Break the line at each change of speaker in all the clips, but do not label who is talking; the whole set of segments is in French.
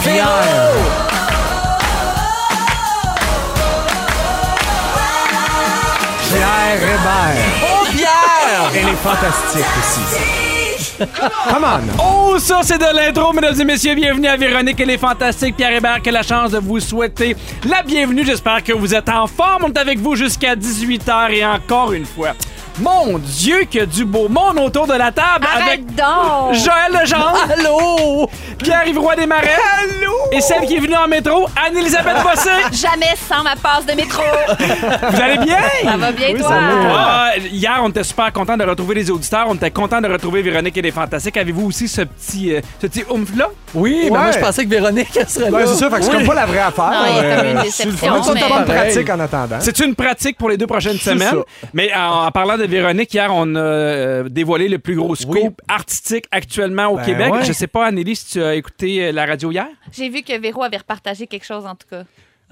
Génial! Pierre Hébert.
Oh, Pierre!
Elle est fantastique aussi. Come on!
Oh, ça, c'est de l'intro, mesdames et messieurs. Bienvenue à Véronique et les Fantastiques. Pierre Hébert, que la chance de vous souhaiter la bienvenue. J'espère que vous êtes en forme. On est avec vous jusqu'à 18h et encore une fois. Mon Dieu, que du beau monde autour de la table
Arrête
avec
donc!
Joël Legendre. Allô! Pierre-Yves Roy des Marais. Allô! Et celle qui est venue en métro, Anne-Elisabeth Bossé.
Jamais sans ma passe de métro!
Vous allez bien?
Ça va bien, toi?
Ah, hier, on était super content de retrouver les auditeurs. On était content de retrouver Véronique et les Fantastiques. Avez-vous aussi ce petit, euh, ce petit oomph-là?
Oui, mais
Ouais.
moi, je pensais que Véronique, elle serait
Ouais,
là.
c'est ça, fait que c'est comme pas la vraie
Ah,
affaire.
Ah,
Non, il y a comme une
Euh,
déception,
on va
mais-
pas de pratique en attendant.
C'est une pratique pour les deux prochaines
C'est
semaines.
ça.
Mais en, en parlant de Véronique, hier, on a euh, dévoilé le plus gros scoop artistique actuellement au
Ben
Québec.
ouais.
Je sais pas, Anneli, si tu as écouté euh, la radio hier?
J'ai vu que Véro avait repartagé quelque chose, en tout cas.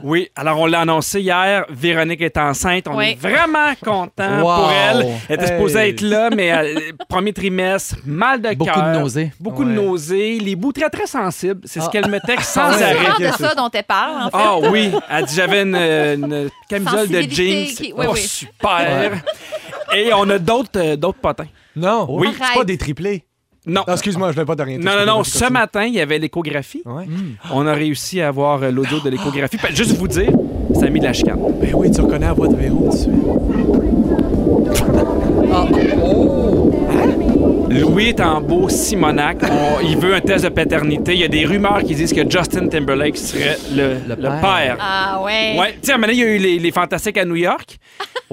Oui, alors on l'a annoncé hier, Véronique est enceinte, on
Oui.
est vraiment content
Wow.
pour elle. Elle était
Hey.
supposée être là, mais euh, premier trimestre, mal de
Beaucoup
cœur.
de nausées.
Beaucoup de
Ouais.
nausées, les bouts très très sensibles, c'est ce
Ah.
qu'elle me texte sans
Ah ouais.
arrêt.
parle
bien
de
sûr.
ça dont hein? elle parle, en fait.
Ah oui, elle dit j'avais une, une camisole de
Sensibilité
jeans,
qui- oui,
pas
oui.
super. Et on a d'autres euh, d'autres potins.
Non,
Oui.
c'est pas des triplés.
Non.
Non, excuse-moi, je n'ai pas de rien.
Non, non, non. Ce matin, il y avait l'échographie. Mm.
Ouais.
On a réussi à avoir euh, l'audio de l'échographie. Puis, Juste vous dire, ça a mis de la chicane.
Ben oui, tu reconnais la voix de Véro tout de suite.
Louis est en beau Simonac. On- il veut un test de paternité. Il y a des rumeurs qui disent que Justin Timberlake serait le, le père.
père.
Ah ouais.
Ouais. Tiens, maintenant, il y a eu les, les fantastiques à New York.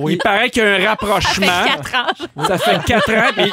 Il paraît qu'il y a un
Ça fait
rapprochement.
quatre ans. je-
Ça fait quatre ans. puis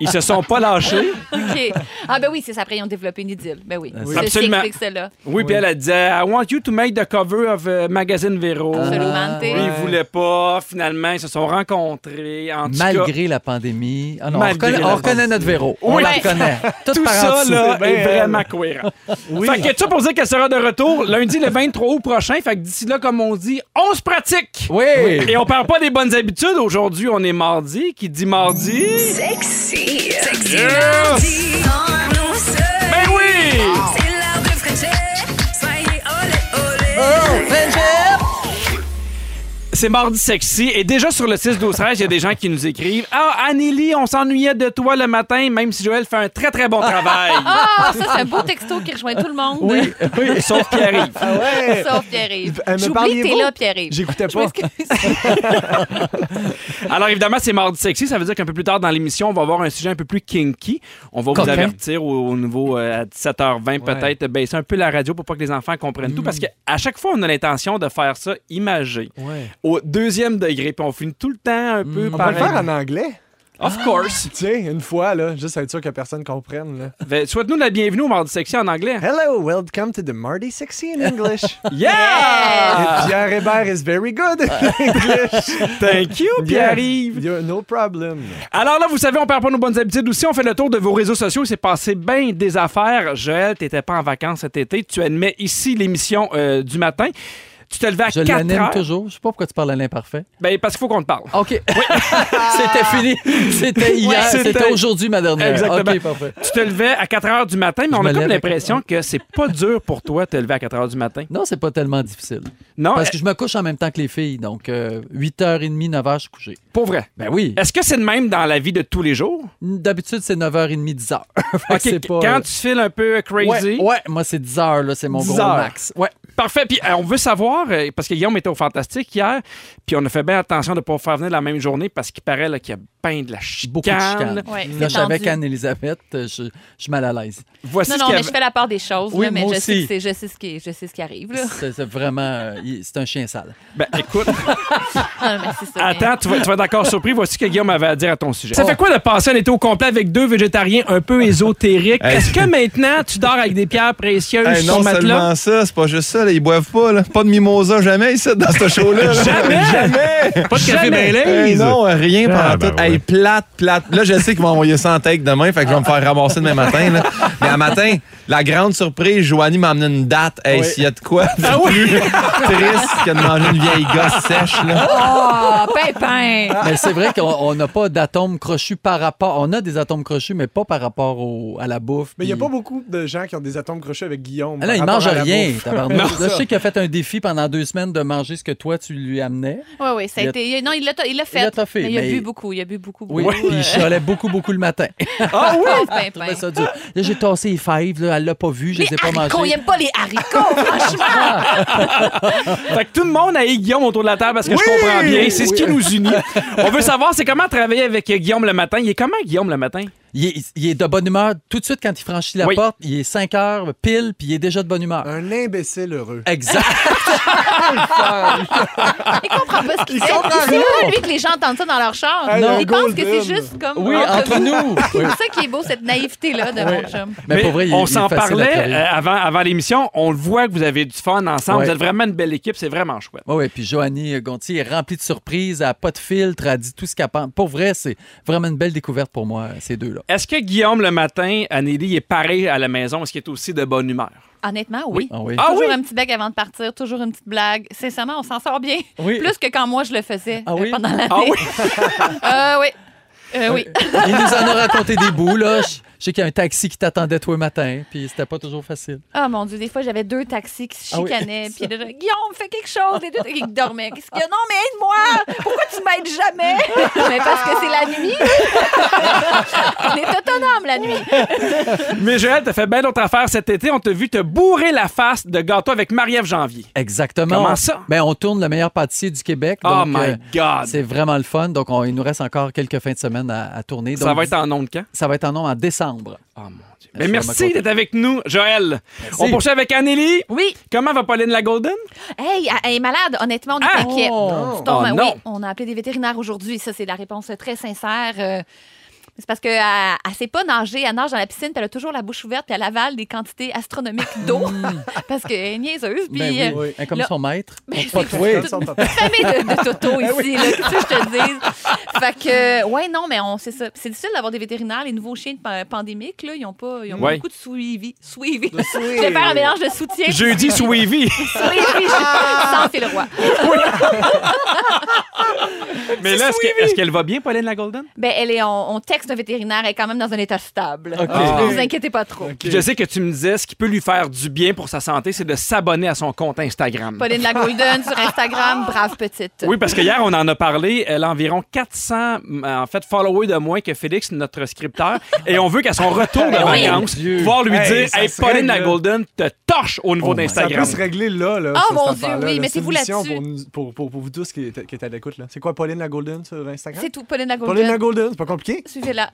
ils se sont pas lâchés.
OK. Ah ben oui, c'est ça. Après, ils ont développé une idylle. Ben oui. Ceci
Absolument.
explique cela.
Oui, puis elle, elle disait I want you to make the cover of euh, Magazine Véro.
Absolument.
Ils
t'es.
voulaient pas. Finalement, ils se sont rencontrés. En tout cas,
Malgré la pandémie. Ah non, on
Malgré
reconnaît,
la
on reconnaît notre Véro. On
Oui.
la reconnaît. Tout,
tout
par en
ça
dessous.
là,
Ben,
est
euh,
vraiment cohérent. Fait que tout ça pour dire qu'elle sera de retour lundi le 23 août prochain. Fait que d'ici là, comme on dit, on se pratique.
Oui.
Et on parle pas des bonnes habitudes. Aujourd'hui, on est mardi. Qui dit mardi?
Sexy. Sexy.
Yes.
lundi, dans nos seuils.
Ben oui!
C'est l'heure de Frencher. Soyez olé, olé.
C'est mardi sexy. Et déjà sur le 6 12 13 il y a des gens qui nous écrivent Ah, Anneli, on s'ennuyait de toi le matin, même si Joël fait un très très bon travail.
Ah, ça, c'est un beau texto qui rejoint tout le monde. Oui.
Sauf qu'il arrive.
Ah ouais!
Sauf Pierre-Yves.
Elle me
J'oublie
parliez
que t'es
vous?
là, Pierre-Yves.
J'écoutais
Je
pas.
m'excuse.
Alors évidemment, c'est mardi sexy, ça veut dire qu'un peu plus tard dans l'émission, on va avoir un sujet un peu plus kinky. On va vous
Coquin.
avertir au, au niveau euh, à 17h20 peut-être baisser un peu la radio pour pas que les enfants comprennent tout
Mm.
parce que à chaque fois on a l'intention de faire ça imagé
Ouais.
au deuxième degré puis on finit tout le temps un peu
Mm. On
par
peut le faire en Ah. anglais.
Of course.
Tu sais, une fois, là, juste être sûr que personne comprenne. Là.
Ben, Souhaite-nous la bienvenue au mardi sexy en anglais.
Hello, welcome to the Marty Sexy in English.
Yeah!
And Pierre Hébert is very good in English.
Thank you,
Yeah,
Pierre-Yves.
you're- No problem.
Alors là, vous savez, on perd pas nos bonnes habitudes aussi. On fait le tour de vos réseaux sociaux. C'est passé bien des affaires. Joël, t'étais pas en vacances cet été. Tu admets ici l'émission euh, du matin. Tu te levais à
Je
4
l'anime
heures.
toujours. Je sais pas pourquoi tu parles à l'imparfait.
Ben, parce qu'il faut qu'on te parle.
OK. C'était fini. C'était hier.
Ouais, c'était-
C'était aujourd'hui, ma dernière.
Exactement.
OK, parfait.
Tu te levais à 4 heures du matin, mais
Je
on a
me
comme
lève à
l'impression que c'est pas dur pour toi de te lever à 4 heures du matin.
Non, c'est pas tellement difficile.
Non,
Parce
euh,
que je me couche en même temps que les filles. Donc, euh, 8h30, 9h, je suis couché.
pour vrai.
Ben oui.
Est-ce que c'est le même dans la vie de tous les jours?
D'habitude, c'est 9h30, 10h. Fait que
Ok,
c'est pas- euh,
Quand tu files un peu crazy,
Ouais, ouais, moi, c'est 10h, là. C'est mon
10
gros
heures.
max. Ouais.
Parfait. Puis euh, on veut savoir, euh, parce que Guillaume était au Fantastique hier, puis on a fait bien attention de ne pas faire venir la même journée parce qu'il paraît là, qu'il y a bien de la chicane.
Beaucoup de chicanes.
Ouais,
Là, je
c'est
suis avec
tendu.
Anne-Elisabeth, euh, je, je suis mal à l'aise.
Voici
Non,
Ah, ce
non,
qu'il y
mais
avait.
je fais la part des choses,
Oui,
là, mais
moi
je sais,
aussi.
que c'est- je, sais ce qui, je sais ce qui arrive. Là.
C'est c'est vraiment... euh, il- c'est un chien sale.
Ben, écoute,
Ah, mais c'est ça,
attends, tu vas, tu vas être encore surpris. Voici ce que Guillaume avait à dire à ton sujet. Ça
Oh.
fait quoi de passer un été au complet avec deux végétariens un peu ésotériques? Est-ce que maintenant, tu dors avec des pierres précieuses
Hey,
sur
non
le matelas?
seulement ça, c'est pas juste ça, là, ils boivent pas, là. pas de mimosa jamais ici dans ce show-là. là.
Jamais!
jamais!
Pas de café
Hey, non, rien
ben
Ah,
pendant tout. Hey, C'est plate, plate. Là, je sais qu'ils vont envoyer ça en tech demain, fait que je vais me faire ramasser demain matin. là. Mais à matin, la grande surprise, Joanie m'a amené une date. Hey,
Oui.
s'il y a de quoi de plus triste que de manger une vieille gosse sèche,
Oh,
là.
pépin!
Mais c'est vrai qu'on on n'a pas d'atomes crochus par rapport. On a des atomes crochus, mais pas par rapport au- à la bouffe.
Mais il n'y a
puis-
pas beaucoup de gens qui ont des atomes crochés avec Guillaume.
Ah Là,
par
il
rapport
mange
à la
rien.
bouffe.
tabarnak.
Non,
Là, je
ça.
sais qu'il a fait un défi pendant deux semaines de manger ce que toi, tu lui amenais.
Oui, oui, ça a
Il a-
été. il- Non, il l'a il l'a fait.
l'a toffé,
mais il a
mais-
bu beaucoup. Il a bu beaucoup.
Oui,
beaucoup,
puis
euh,
il chialait beaucoup, beaucoup le matin.
pauvre
Je
Pimpin.
trouvais ça dur. Là, j'ai tassé les fèves, là, elle l'a pas vu, je les ai pas
haricots, il
mangées.
aime pas les haricots, franchement.
Fait que tout le monde a Guillaume autour de la table parce que je comprends bien. C'est ce qui nous unit. On veut savoir, c'est comment travailler avec Guillaume le matin. Il est comment, Guillaume, le matin?
Il est, il est de bonne humeur tout de suite quand il franchit la
Oui.
porte. Il est 5 heures pile, puis il est déjà de bonne humeur.
Un imbécile heureux.
Exact.
Il comprend pas ce qu'il fait.
comprend
C'est pas lui que les gens entendent ça dans leur char.
Hey,
Non.
Ils pensent que
golden.
c'est juste comme.
Oui, entre nous. Oui.
C'est ça qui est beau, cette naïveté-là de mon chum.
Mais, pour vrai, il-
on
il est
s'en
facile à
parlait
travailler.
euh, avant, avant l'émission. On le voit que vous avez du fun ensemble.
Ouais.
Vous êtes vraiment une belle équipe. C'est vraiment chouette.
Oui, oui, puis Joanie euh, Gontier est remplie de surprises, elle n'a pas de filtre, elle dit tout ce qu'elle pense. Pour vrai, c'est vraiment une belle découverte pour moi, euh, ces deux-là.
Est-ce que Guillaume, le matin, Anneli, est pareil à la maison? Est-ce qu'il est aussi de bonne humeur?
Honnêtement, oui.
Ah oui.
Ah
toujours
oui?
un petit bec avant de partir, toujours une petite blague. Sincèrement, on s'en sort bien.
Oui.
Plus que quand moi je le faisais
Ah
euh,
oui?
pendant l'année.
Ah oui?
Euh, oui. Euh, oui.
Il nous en a raconté des bouts, là. Je je sais qu'il y a un taxi qui t'attendait tous les matins, puis c'était pas toujours facile.
Ah mon Dieu, des fois j'avais deux taxis qui se
Ah oui,
chicanaient. Puis là, Guillaume, fais quelque chose. Et deux, ils dormaient. Qu'est-ce qu'il y a? Non, mais aide-moi! Pourquoi tu m'aides jamais? mais parce que c'est la nuit. On est autonome la nuit.
Mais Joël, t'as fait bien d'autres affaires cet été. On t'a vu te bourrer la face de gâteau avec Marie-Ève Janvier.
Exactement.
Comment ça?
Ben, on tourne le meilleur pâtissier du Québec.
oh
donc,
my
euh,
God!
C'est vraiment le fun. Donc, on- il nous reste encore quelques fins de semaine à, à tourner.
Ça
Donc,
va être en nom de camp.
ça va être en nom en décembre.
Oh mon Dieu. Mais
Je suis
merci
vraiment
d'être avec nous, Joël. On poursuit avec Anneli.
Oui.
Comment va Pauline la Golden?
Hey, elle- elle est malade. Honnêtement, on est
Ah!
inquiet.
Oh!
Tu tombes-
Oh,
ben oui,
non.
on a appelé des vétérinaires aujourd'hui. Ça, c'est la réponse très sincère. Euh, c'est parce qu'elle ne sait pas nager. Elle nage dans la piscine, puis elle a toujours la bouche ouverte, puis elle avale des quantités astronomiques d'eau.
Mm.
parce qu'elle est niaiseuse. Puis,
Ben oui,
euh,
hein, comme
là-
son maître.
Ben,
On pas
c'est
trouvé.
Comme son papa.
famille de, de Toto ici, là, que tu veux que je te dise. Fait que, euh, ouais, non, mais on, c'est ça. C'est difficile d'avoir des vétérinaires. Les nouveaux chiens de pa- pandémique, là, ils ont pas, ils ont pas
Ouais.
beaucoup de suivi. Suivi. Je vais faire un mélange de soutien.
Jeudi sous Wavy.
Suivi. Sans fil roi.
Mais là, est-ce que- est-ce qu'elle va bien, Pauline la Golden?
Ben, elle est, on, on texte un vétérinaire, elle est quand même dans un état stable.
OK.
Ne vous inquiétez pas trop.
Puis Je sais que tu me disais ce qui peut lui faire du bien pour sa santé, c'est de s'abonner à son compte Instagram.
Pauline la Golden sur Instagram, brave petite.
Oui, parce que hier, on en a parlé. Elle a environ 400, en fait, followers de moins que Félix, notre scripteur. Et on veut qu'à son retour de
Oui.
vacances,
Mon Dieu.
pouvoir lui
Hey,
dire
ça
Hey,
se
Pauline la
règle.
Golden te torche au niveau
Oh my-
Ça
d'Instagram.
peut se régler là. là
Ah,
ça,
mon
cette
Dieu,
affaire-là,
oui,
là.
mettez-vous
C'est une mission
là-dessus.
Pour, nous- pour, pour, pour vous tous qui êtes, qui êtes à l'écoute. là. C'est quoi Pauline la Golden sur Instagram?
C'est tout, Pauline la Golden.
Pauline la Golden, c'est pas compliqué?
Suivez-la.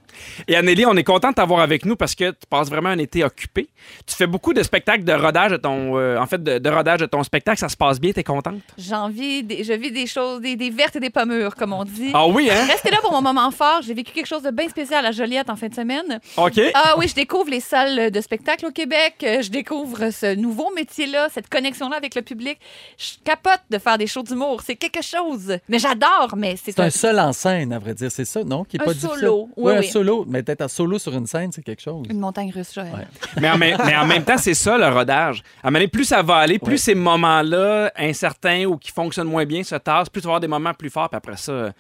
Et Anneli, on est content de t'avoir avec nous parce que tu passes vraiment un été occupé. Tu fais beaucoup de spectacles de rodage de ton, euh, en fait, de, de rodage de ton spectacle. Ça se passe bien, t'es contente?
J'en vis, des- je vis des choses, des, des vertes et des pommures, comme on dit.
Ah oui, hein?
Restez là pour mon moment fort. J'ai vécu quelque chose de bien spécial à Joliette en fin de semaine.
OK.
Ah oui, je découvre les salles de spectacle au Québec. Euh, Je découvre ce nouveau métier-là, cette connexion-là avec le public. Je capote de faire des shows d'humour. C'est quelque chose. Mais j'adore, mais c'est
C'est
un...
un seul en scène, à vrai dire. C'est ça, non? Qui est
Un
pas difficile.
solo. Oui,
Ouais, un
oui.
solo. Mais d'être en solo sur une scène, c'est quelque chose.
une montagne russe, Joël.
Ouais.
Mais en, même, mais en même temps, c'est ça le rodage. À un moment donné, plus ça va aller, plus ces moments-là incertains ou qui fonctionnent moins bien se tassent, plus tu vas avoir des moments plus forts. Puis après ça, euh,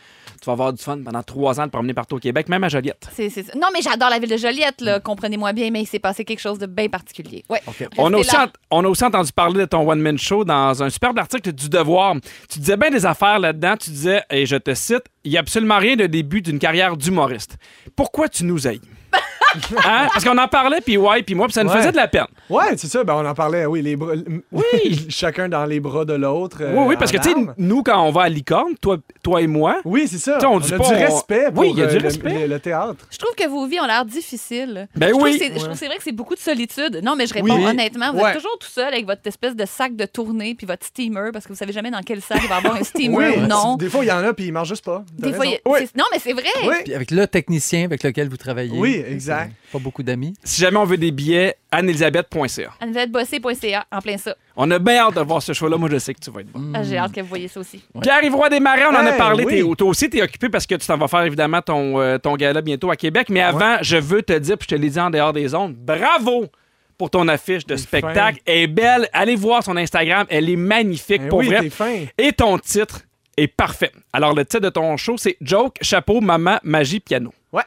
tu vas avoir du fun pendant trois ans de promener partout au Québec, même à Joliette.
C'est- c'est ça. Non, mais j'adore la ville de Joliette, là, comprenez-moi bien, mais il s'est passé quelque chose de bien particulier. Ouais. Restez
On a, aussi
là.
ent- on a aussi entendu parler de ton one-man show dans un superbe article du Devoir. Tu disais bien des affaires là-dedans. Tu disais, et je te cite, il n'y a absolument rien de début d'une carrière d'humoriste. Pourquoi tu nous haïs? Hein? Parce qu'on en parlait, puis ouais, puis moi, puis ça nous
Ouais.
faisait de la peine.
Ouais, c'est ça. Ben, on en parlait, oui. Les bras,
Oui.
chacun dans les bras de l'autre. euh,
oui, oui, parce
en
que, tu sais,
armes.
nous, quand on va à Licorne, toi, toi et moi,
Oui, c'est ça.
T'sais, on
on
dit
a
pas,
du
on-
respect pour
Oui, il y a
euh,
du
le-
respect.
le- le théâtre.
Je trouve que vos vies ont l'air difficiles.
Ben
je trouve
oui.
que c'est- Je trouve que c'est vrai que c'est beaucoup de solitude. Non, mais je réponds
Oui.
honnêtement. Vous
Ouais.
êtes toujours tout seul avec votre espèce de sac de tournée puis votre steamer parce que vous savez jamais dans quelle salle il va y avoir un steamer ou non.
Des fois, il y en a, puis ils mangent juste pas. T'as
Des fois,
raison.
il y a-
Oui.
c'est- non, mais c'est vrai.
Oui.
Puis avec le technicien avec lequel vous travaillez.
Oui,
C'est-
Exact.
Pas beaucoup d'amis.
Si jamais on veut des billets, anne-elisabeth.ca.
Annevettebossé.ca, en plein ça.
On a bien hâte de voir ce show-là. Moi, je sais que tu vas être bon.
Ah, J'ai hâte que vous voyez ça aussi.
Pierre-Yves Roy des Marais, on en a
Hey,
parlé.
oui.
T'es- toi aussi, t'es occupé parce que tu t'en vas faire évidemment ton, euh, ton gala bientôt à Québec. Mais
Ah
avant, je veux te dire, puis je te l'ai dit en dehors des ondes, bravo pour ton affiche de spectacle. Elle est belle. Allez voir son Instagram. Elle est magnifique
Ben
pour
oui,
vrai.
t'es fin.
Et ton titre est parfait. Alors, le titre de ton show, c'est Joke, Chapeau, Maman, Magie, Piano.
Ouais.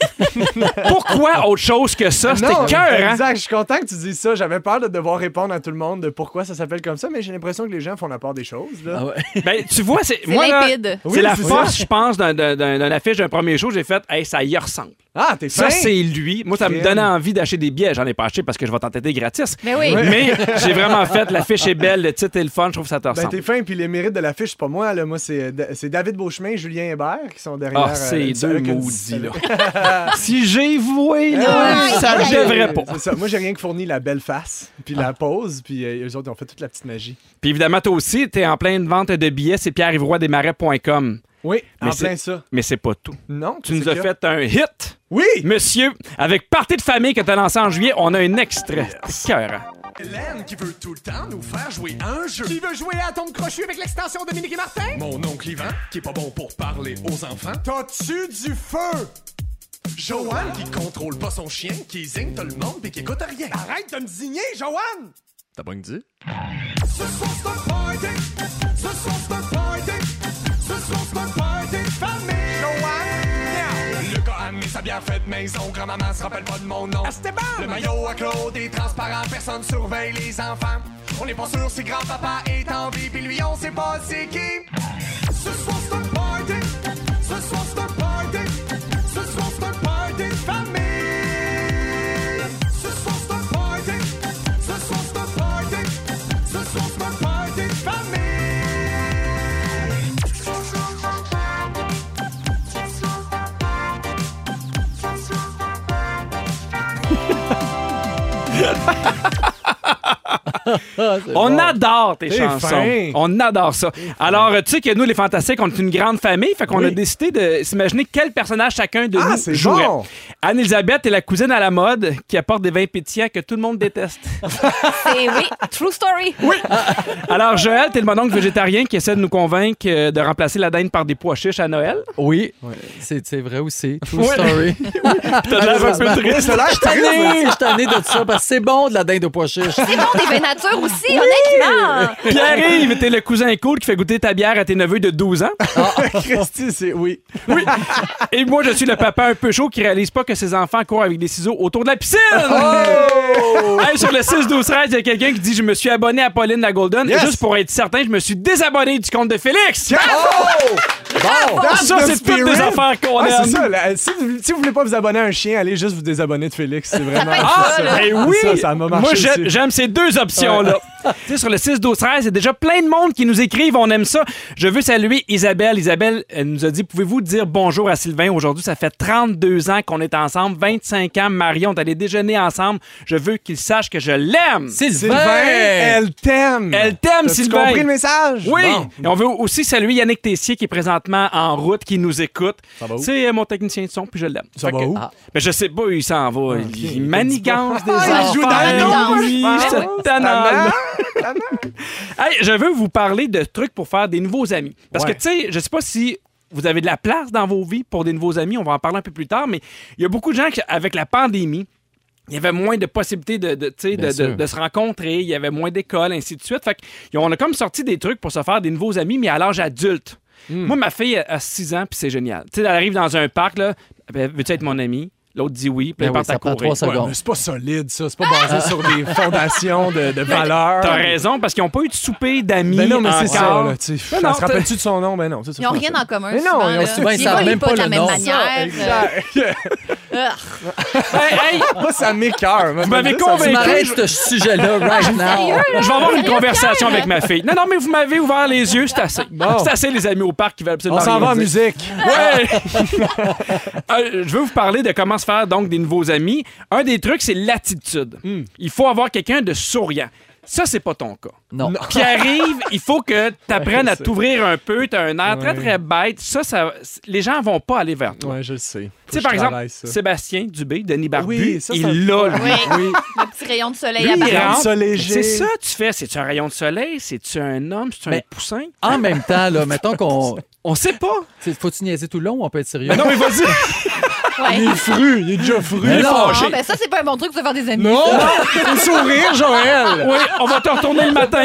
Pourquoi autre chose que ça? C'était
Non,
cœur, hein?
Exact, je suis content que tu dises ça. J'avais peur de devoir répondre à tout le monde de pourquoi ça s'appelle comme ça, mais j'ai l'impression que les gens font la part des choses. Là.
Ah ouais.
Ben, tu vois, c'est.
C'est
moi, là,
limpide.
Oui,
c'est la
c'est
force,
ça.
je pense, d'un- d'un- d'un d'un affiche d'un premier show. J'ai fait, hey, ça y ressemble.
Ah, t'es fin.
Ça, c'est lui. Moi, ça me
Crime.
donnait envie d'acheter des billets. J'en ai pas acheté parce que je vais t'entêter gratis.
Mais oui.
Mais j'ai vraiment fait. L'affiche est belle, le titre est le fun. Je trouve que ça te
Ben,
ressemble.
t'es fin, puis les mérites de l'affiche, c'est pas moi. Là. Moi, c'est euh, Da- c'est David Beauchemin et Julien Hébert qui sont derrière.
ah, c'est
euh,
deux
avec une-
maudits, là. si j'ai voué, là,
Ah,
ça
ouais.
devrait pas. Ah.
C'est ça. Moi, j'ai rien que fourni la belle face, puis la pose, puis les eux autres, ils ont fait toute la petite magie.
Puis évidemment, toi aussi, t'es en pleine vente de billets. C'est pierre-yvroidesmarais.com.
Oui,
Mais
en
c'est-
plein ça.
Mais c'est pas tout.
Non,
Tu nous
c'est
as
que-
fait un hit,
Oui!
monsieur, avec Partie de famille que t'as lancé en juillet. On a un extrait. C'est écœurant.
Hélène qui veut tout le temps nous faire jouer un jeu.
Qui veut jouer à tombe crochu avec l'extension Dominique et Martin?
Mon oncle Yvan qui est pas bon pour parler aux enfants.
T'as-tu du feu?
Joanne qui contrôle pas son chien, qui zigne tout le monde et qui écoute rien.
Arrête de me zigner, Joanne!
T'as pas dit?
Ce soir, c'est un party! Ce soir, c'est un party! Ce soir, c'est un party de famille! Joanne!
Le gars a mis sa bière faite maison, grand-maman se rappelle pas de mon nom.
Ah, c'était bon!
Le maillot à Claude est transparent, personne surveille les enfants. On n'est pas sûr si grand-papa est en vie, puis lui on sait pas c'est qui.
Ce soir, c'est un party! Ce soir, c'est un party! Ce soir, c'est un party de famille! Ce soir, c'est un party! Ce soir, c'est un party! Ce soir, c'est un party de famille!
On adore tes
T'es
chansons.
fin.
On adore ça. Alors, euh, tu sais que nous, les Fantastiques, on est une grande famille. Fait qu'on a décidé de s'imaginer quel personnage chacun de
Ah,
nous
c'est
jouerait.
bon!
Anne-Elisabeth est la cousine à la mode qui apporte des vins pétillants que tout le monde déteste.
C'est oui, true story. Oui.
Alors, Joël, t'es le mononcle végétarien qui essaie de nous convaincre euh, de remplacer la dinde par des pois chiches à Noël.
Oui, c'est c'est vrai aussi. True
Ouais.
story.
T'as l'air un peu triste.
C'est là,
Je suis tanné, je suis tanné de ça parce que c'est bon de la dinde au pois chiche.
C'est bon des vins nature aussi, honnêtement.
Pierre-Yves, t'es le cousin cool qui fait goûter ta bière à tes neveux de 12 ans.
Christy, c'est. Oui.
Et moi, je suis le papa un peu chaud qui réalise pas que ses enfants courent avec des ciseaux autour de la piscine.
Oh!
Hey, sur le 6 12 13, il y a quelqu'un qui dit je me suis abonné à Pauline la Golden
Yes.
juste pour être certain, je me suis désabonné du compte de Félix.
Oh! Bon!
Ah! Ça, c'est toutes
spirit.
des affaires qu'on
Ah,
aime.
c'est ça. là, si, vous, si vous voulez pas vous abonner à un chien, allez juste vous désabonner de Félix. C'est vraiment.
Ah,
c'est ça.
ben oui!
Ça, ça m'a marché.
Moi, j'ai-
aussi.
j'aime ces deux options-là. Tu sais, sur le 6, 12, 13, il y a déjà plein de monde qui nous écrivent. On aime ça. Je veux saluer Isabelle. Isabelle, elle nous a dit Pouvez-vous dire bonjour à Sylvain Aujourd'hui, ça fait 32 ans qu'on est ensemble, 25 ans. Marion, on est allé déjeuner ensemble. Je veux qu'il sache que je l'aime.
Sylvain, elle t'aime.
Elle t'aime,
T'as-tu
Sylvain.
compris le message?
Oui!
Bon.
Et on veut aussi saluer Yannick Tessier qui est présentement en route, qui nous écoute.
va où?
C'est euh, mon technicien de son, puis je l'aime.
Ça
Fait
va
que-
où?
Ben, je sais pas où il s'en va. Il- Il manigance des
Ah, il joue dans
affaires.
la
Oui,
gauche.
c'est
Ah, ouais.
tannant,
C'est
là. Hey, je veux vous parler de trucs pour faire des nouveaux amis. Parce
Ouais.
que, tu sais, je sais pas si vous avez de la place dans vos vies pour des nouveaux amis. On va en parler un peu plus tard. Mais il y a beaucoup de gens qui, avec la pandémie, il y avait moins de possibilités de, de, tu sais,
Bien
de- de-
sûr.
de se rencontrer, il y avait moins d'écoles, ainsi de suite. Fait que, y- on a comme sorti des trucs pour se faire des nouveaux amis, mais à l'âge adulte.
Hmm.
Moi, ma fille a 6 ans, puis c'est génial. Tu sais, elle arrive dans un parc, là, Ben, veux-tu être mon ami? L'autre dit oui, puis
Ben
elle
oui,
part
ça
à
prend
courir.
trois secondes.
Mais Euh, c'est pas solide, ça. C'est pas basé sur des fondations de, de valeurs.
Ben, T'as raison, parce qu'ils n'ont pas eu de souper d'amis.
Ben non, mais c'est ça.
encore.
Là, tu sais.
Non, non,
Elle se rappelle-tu de son nom? Ben non, c'est ça.
Ils n'ont rien en commun.
Mais non,
souvent,
ils ont
là.
souvent, ils
Ils
savent
évoluent
même
pas
pas
de la
le
même
nom.
manière.
Exact.
Euh, ah,
Hey, hey,
Moi, ça m'écœure. Vous
m'avez
Tu
convaincu.
m'arrêtes ce sujet-là
Ah,
right now.
sérieux, là?
Je vais avoir une
Sérieux,
conversation
Pierre?
avec ma fille. Non, non, mais vous m'avez ouvert les yeux, c'est assez. C'est assez, les amis au parc qui veulent absolument.
On s'en
rien
va en
dire.
musique.
Ouais! Euh, je veux vous parler de comment se
Hmm.
faire donc des nouveaux amis. Un des trucs, c'est l'attitude. Il faut avoir quelqu'un de souriant. Ça, c'est pas ton cas.
Non.
Puis arrive, il faut que tu apprennes à t'ouvrir un peu. Tu as un air très,
Ouais.
très bête. Ça, ça, les gens vont pas aller vers toi.
Ouais, je le sais.
Tu sais, par exemple, Sébastien Dubé, Denis Barbu,
Oui, ça, ça-
il l'a, lui.
Oui. Le petit rayon de soleil
Lui,
à
il
Barbu.
rentre.
ça léger.
C'est ça que tu fais. C'est-tu un rayon de soleil? C'est-tu un homme? C'est-tu
Ben,
un
Mais-
poussin?
En même temps, là, mettons qu'on.
On sait pas. Ben
t'sais, Faut-tu niaiser tout le long ou on peut être sérieux?
Mais non, mais vas-y.
Il est fru, il est déjà fru.
Mais non,
Non,
fâché.
ben ça, c'est pas un bon truc pour se faire des amis.
Non! Il sourire, Joël!
oui, on va te retourner le matin.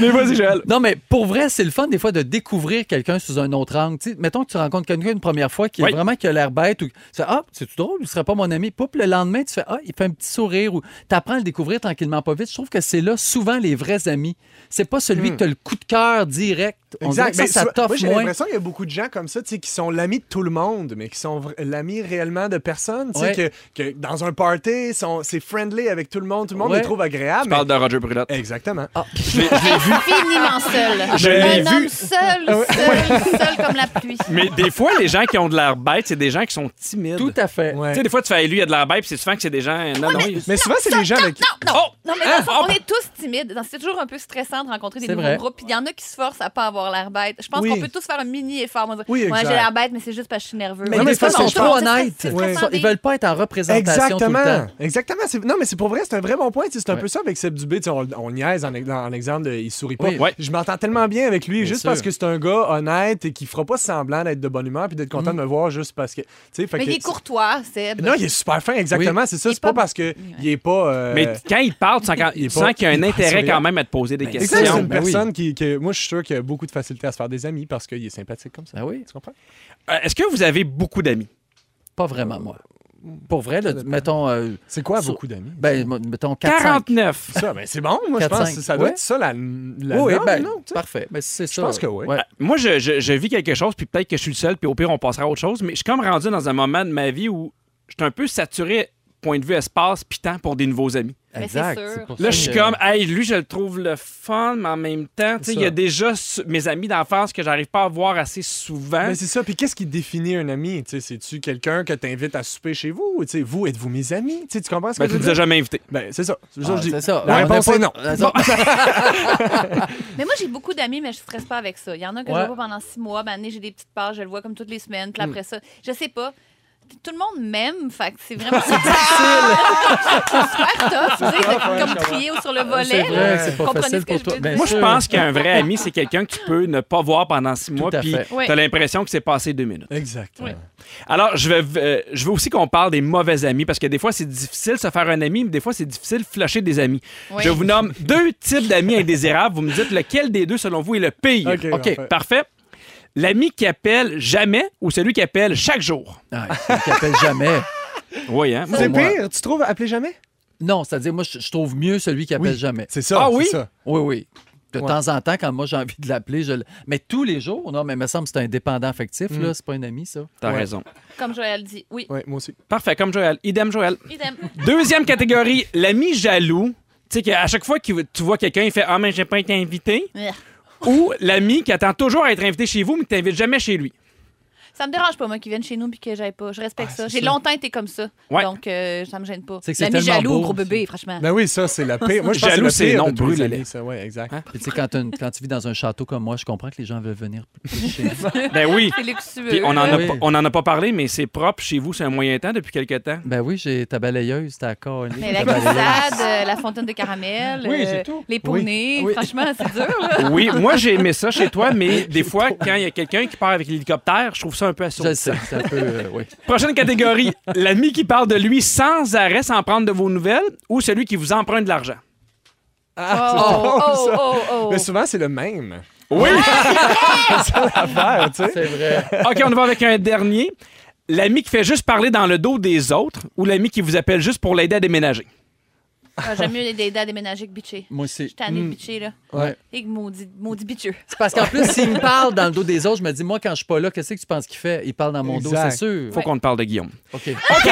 mais vas-y, Joël.
Non, mais pour vrai, c'est le fun des fois de découvrir quelqu'un sous un autre angle. T'sais, mettons que tu rencontres quelqu'un une première fois qui
Oui.
est vraiment qui a l'air bête ou tu fais Ah, c'est tout drôle, il serait pas mon ami. Poup, le lendemain, tu fais Ah, il fait un petit sourire ou tu apprends à le découvrir tranquillement pas vite. Je trouve que c'est là souvent les vrais amis. C'est pas celui que tu as le coup de cœur direct. On dirait que ça,
Hmm. mais
ça
so- moi,
t'offre
j'ai
moins.
l'impression qu'il y a beaucoup de gens comme ça, tu sais, qui sont l'ami de tout le monde, mais qui sont vr- l'ami réellement de personne, tu sais,
Ouais.
que, que dans un party, sont- c'est friendly avec tout le monde, tout le monde
Ouais.
les trouve agréables.
Je
mais-
parle de Roger Brulotte.
Exactement.
Infiniment seul.
Je
un
l'ai
homme
vu.
seul, seul, seul comme la pluie.
Mais des fois, les gens qui ont de l'air bête, c'est des gens qui sont timides.
Tout à fait.
Ouais.
Tu sais, des fois, tu fais, lui, il a de l'air bête, puis c'est souvent que c'est des gens. Non, non, il-
Mais souvent, c'est les gens avec.
Ah, Non,
Oh!
non, mais
Hein?
dans le fond,
Oh!
on est tous timides. Donc, C'est toujours un peu stressant de rencontrer des
C'est
nouveaux
vrai.
groupes. Puis il y en a qui se forcent à pas avoir l'air bête. Je pense
Oui.
qu'on peut tous faire un mini effort. On va dire,
Oui,
ouais,
exact.
j'ai l'air bête, mais c'est juste parce que je suis nerveux.
Mais
Ouais,
des
mais
fois, ils
c'est
sont
parce que
trop
je pense que
honnêtes.
c'est
Ouais.
stressant
Ils
des-
veulent pas être en représentation tout le
Exactement.
temps.
Exactement. C'est- Non, mais c'est pour vrai, c'est un vrai bon point. tu sais, C'est un peu ça avec Seb Dubé. tu sais, On, on niaise en, en- en exemple de il sourit pas.
Oui.
Ouais.
Je m'entends tellement bien avec lui,
Bien
juste
sûr.
parce que c'est un gars honnête et qui fera pas semblant d'être de bonne humeur puis d'être
Mm.
content de me voir juste parce que. tu sais, fait
Mais
que-
il est courtois, Seb.
Non, il est super fin, exactement. C'est ça.
Il est
C'est pas
pas-
parce que il est pas. euh,
Mais quand il parle, tu sens, quand-
Il est
tu
pas-
sens qu'il y a un
il est pas
intérêt
souriant.
quand même à te poser des
Exact, c'est
questions.
une
Ben oui.
personne qui, que moi je suis sûr qu'il a beaucoup de facilité à se faire des amis parce qu'il est sympathique comme ça.
Ben oui.
Tu comprends?
Euh, Est-ce que vous avez beaucoup d'amis?
Pas vraiment, moi. Pour vrai, là, mettons, euh,
C'est quoi
Sur-
beaucoup d'amis?
ben, mettons 4
49.
ça, ben c'est bon, moi je
4-5.
pense que ça doit
Ouais.
être ça la, la
Oui,
norme,
ben,
non, tu sais?
parfait. Mais c'est ça.
pense que oui.
Ouais.
Euh, Moi, je, je- je vis quelque chose, puis peut-être que je suis le seul, puis au pire, on passera à autre chose, mais je suis comme rendu dans un moment de ma vie où je suis un peu saturé, point de vue espace, puis temps pour des nouveaux amis.
Mais c'est
Exact.
sûr.
c'est pour
Là,
ça
je suis
que-
comme, hey, lui, je le trouve le fun, mais en même temps, tu sais, il y a
ça.
déjà su- mes amis d'enfance que j'arrive pas à voir assez souvent.
Mais Ben, c'est ça. Puis qu'est-ce qui définit un ami? Tu sais, C'est-tu quelqu'un que tu invites à souper chez vous? Ou, tu sais, vous, êtes-vous mes amis? Tu sais, tu comprends ce
Ben,
que je
tu
veux
nous as
dire?
jamais invités.
Ben, c'est ça. C'est ça
Ah,
que je dis.
c'est ça.
La
On
réponse
n'a
est non.
pas- Bon.
Mais moi, j'ai beaucoup d'amis, mais je ne stresse pas avec ça. Il y en a que
Ouais. Mm.
je vois pas pendant six mois. Ben, année, j'ai des petites parts, je le vois comme toutes les semaines. Puis après ça, je sais pas. Tout le monde m'aime, fait que c'est vraiment difficile. super tough, tu sais, de comme crier au- sur le volet.
C'est vrai
là.
que c'est pas
Comprenez
facile
ce que
pour
je
toi.
veux
Bien
dire.
Moi, je
sûr.
pense qu'un vrai ami, c'est quelqu'un que tu peux ne pas voir pendant six mois,
à
puis
fait.
tu
Oui.
as l'impression que c'est passé deux minutes.
Exactement.
Oui.
Alors, je, vais, euh, je veux aussi qu'on parle des mauvais amis, parce que des fois, c'est difficile de se faire un ami, mais des fois, c'est difficile de flusher des amis.
Oui.
Je vous nomme deux types d'amis indésirables. Vous me dites lequel des deux, selon vous, est le pire.
OK, parfait.
parfait. L'ami qui appelle jamais ou celui qui appelle chaque jour.
Ah, il t'appelle jamais.
Oui, hein?
C'est
Pour moi.
pire, tu trouves appeler jamais?
Non, c'est-à-dire, moi, je, je trouve mieux celui qui appelle
Oui.
jamais.
C'est ça.
Ah
c'est
oui?
ça.
Oui, oui. De
Ouais.
temps en temps, quand moi j'ai envie de l'appeler, je le. Mais tous les jours, non, mais il me semble que c'est un dépendant affectif, là. C'est pas un ami, ça.
T'as
Ouais.
raison.
Comme Joël dit, oui,
Oui, moi aussi.
Parfait, comme Joël. Idem, Joël.
idem.
Deuxième catégorie, l'ami jaloux. Tu sais qu'à chaque fois que tu vois quelqu'un, il fait Ah, mais j'ai pas été invité.
Ugh.
Ou l'ami qui attend toujours à être invité chez vous, mais que t'invites jamais chez lui.
Ça me dérange pas, moi, qu'ils viennent chez nous puis que j'aille pas. Je respecte
Ah,
ça. J'ai longtemps été comme ça.
Ouais.
Donc, euh, ça me gêne pas.
C'est que c'est
L'ami
tellement
jaloux,
beau,
gros
aussi.
bébé, franchement.
Ben oui, ça, c'est la pire. Moi, je pense
Jaloux,
que
c'est
c'est la pire
non,
de tous les
brûlez-les.
amis, ça. Oui, exact.
Puis, tu sais, quand, t'as une- quand tu vis dans un château comme moi, je comprends que les gens veulent venir chez nous.
Ben oui.
C'est luxueux.
Puis on en, a
Oui.
pas- on en a pas parlé, mais c'est propre chez vous, c'est un moyen temps depuis quelque temps.
Ben oui, j'ai ta balayeuse, ta colle.
Mais la glissade, euh, la fontaine de caramel,
Oui, j'ai
euh,
tout.
les poneys,
Oui.
franchement, c'est dur. là.
Oui, moi j'ai aimé ça chez toi, mais des fois, quand il y a quelqu'un qui part avec l'hélicoptère, je trouve ça un peu
Je le
assourdissant.
sais, c'est un peu. euh, oui.
Prochaine catégorie, l'ami qui parle de lui sans arrêt, sans prendre de vos nouvelles, ou celui qui vous emprunte de l'argent.
Oh, oh, oh, oh, oh.
Mais souvent, c'est le même.
Oui!
Affaire, tu sais.
C'est vrai.
OK, on va avec un dernier. L'ami qui fait juste parler dans le dos des autres, ou l'ami qui vous appelle juste pour l'aider à déménager.
Ah, J'aime mieux aider à déménager que bitcher.
Moi
Je
aussi.
t'en ai bitché, là.
Ouais.
Et que maudit, maudit bitcheux.
C'est parce qu'en plus, s'il me parle dans le dos des autres, je me dis, moi, quand je suis pas là, qu'est-ce que tu penses qu'il fait? Il parle dans mon dos,
Exact.
c'est sûr.
Faut qu'on te parle de Guillaume.
OK. Ah,
OK!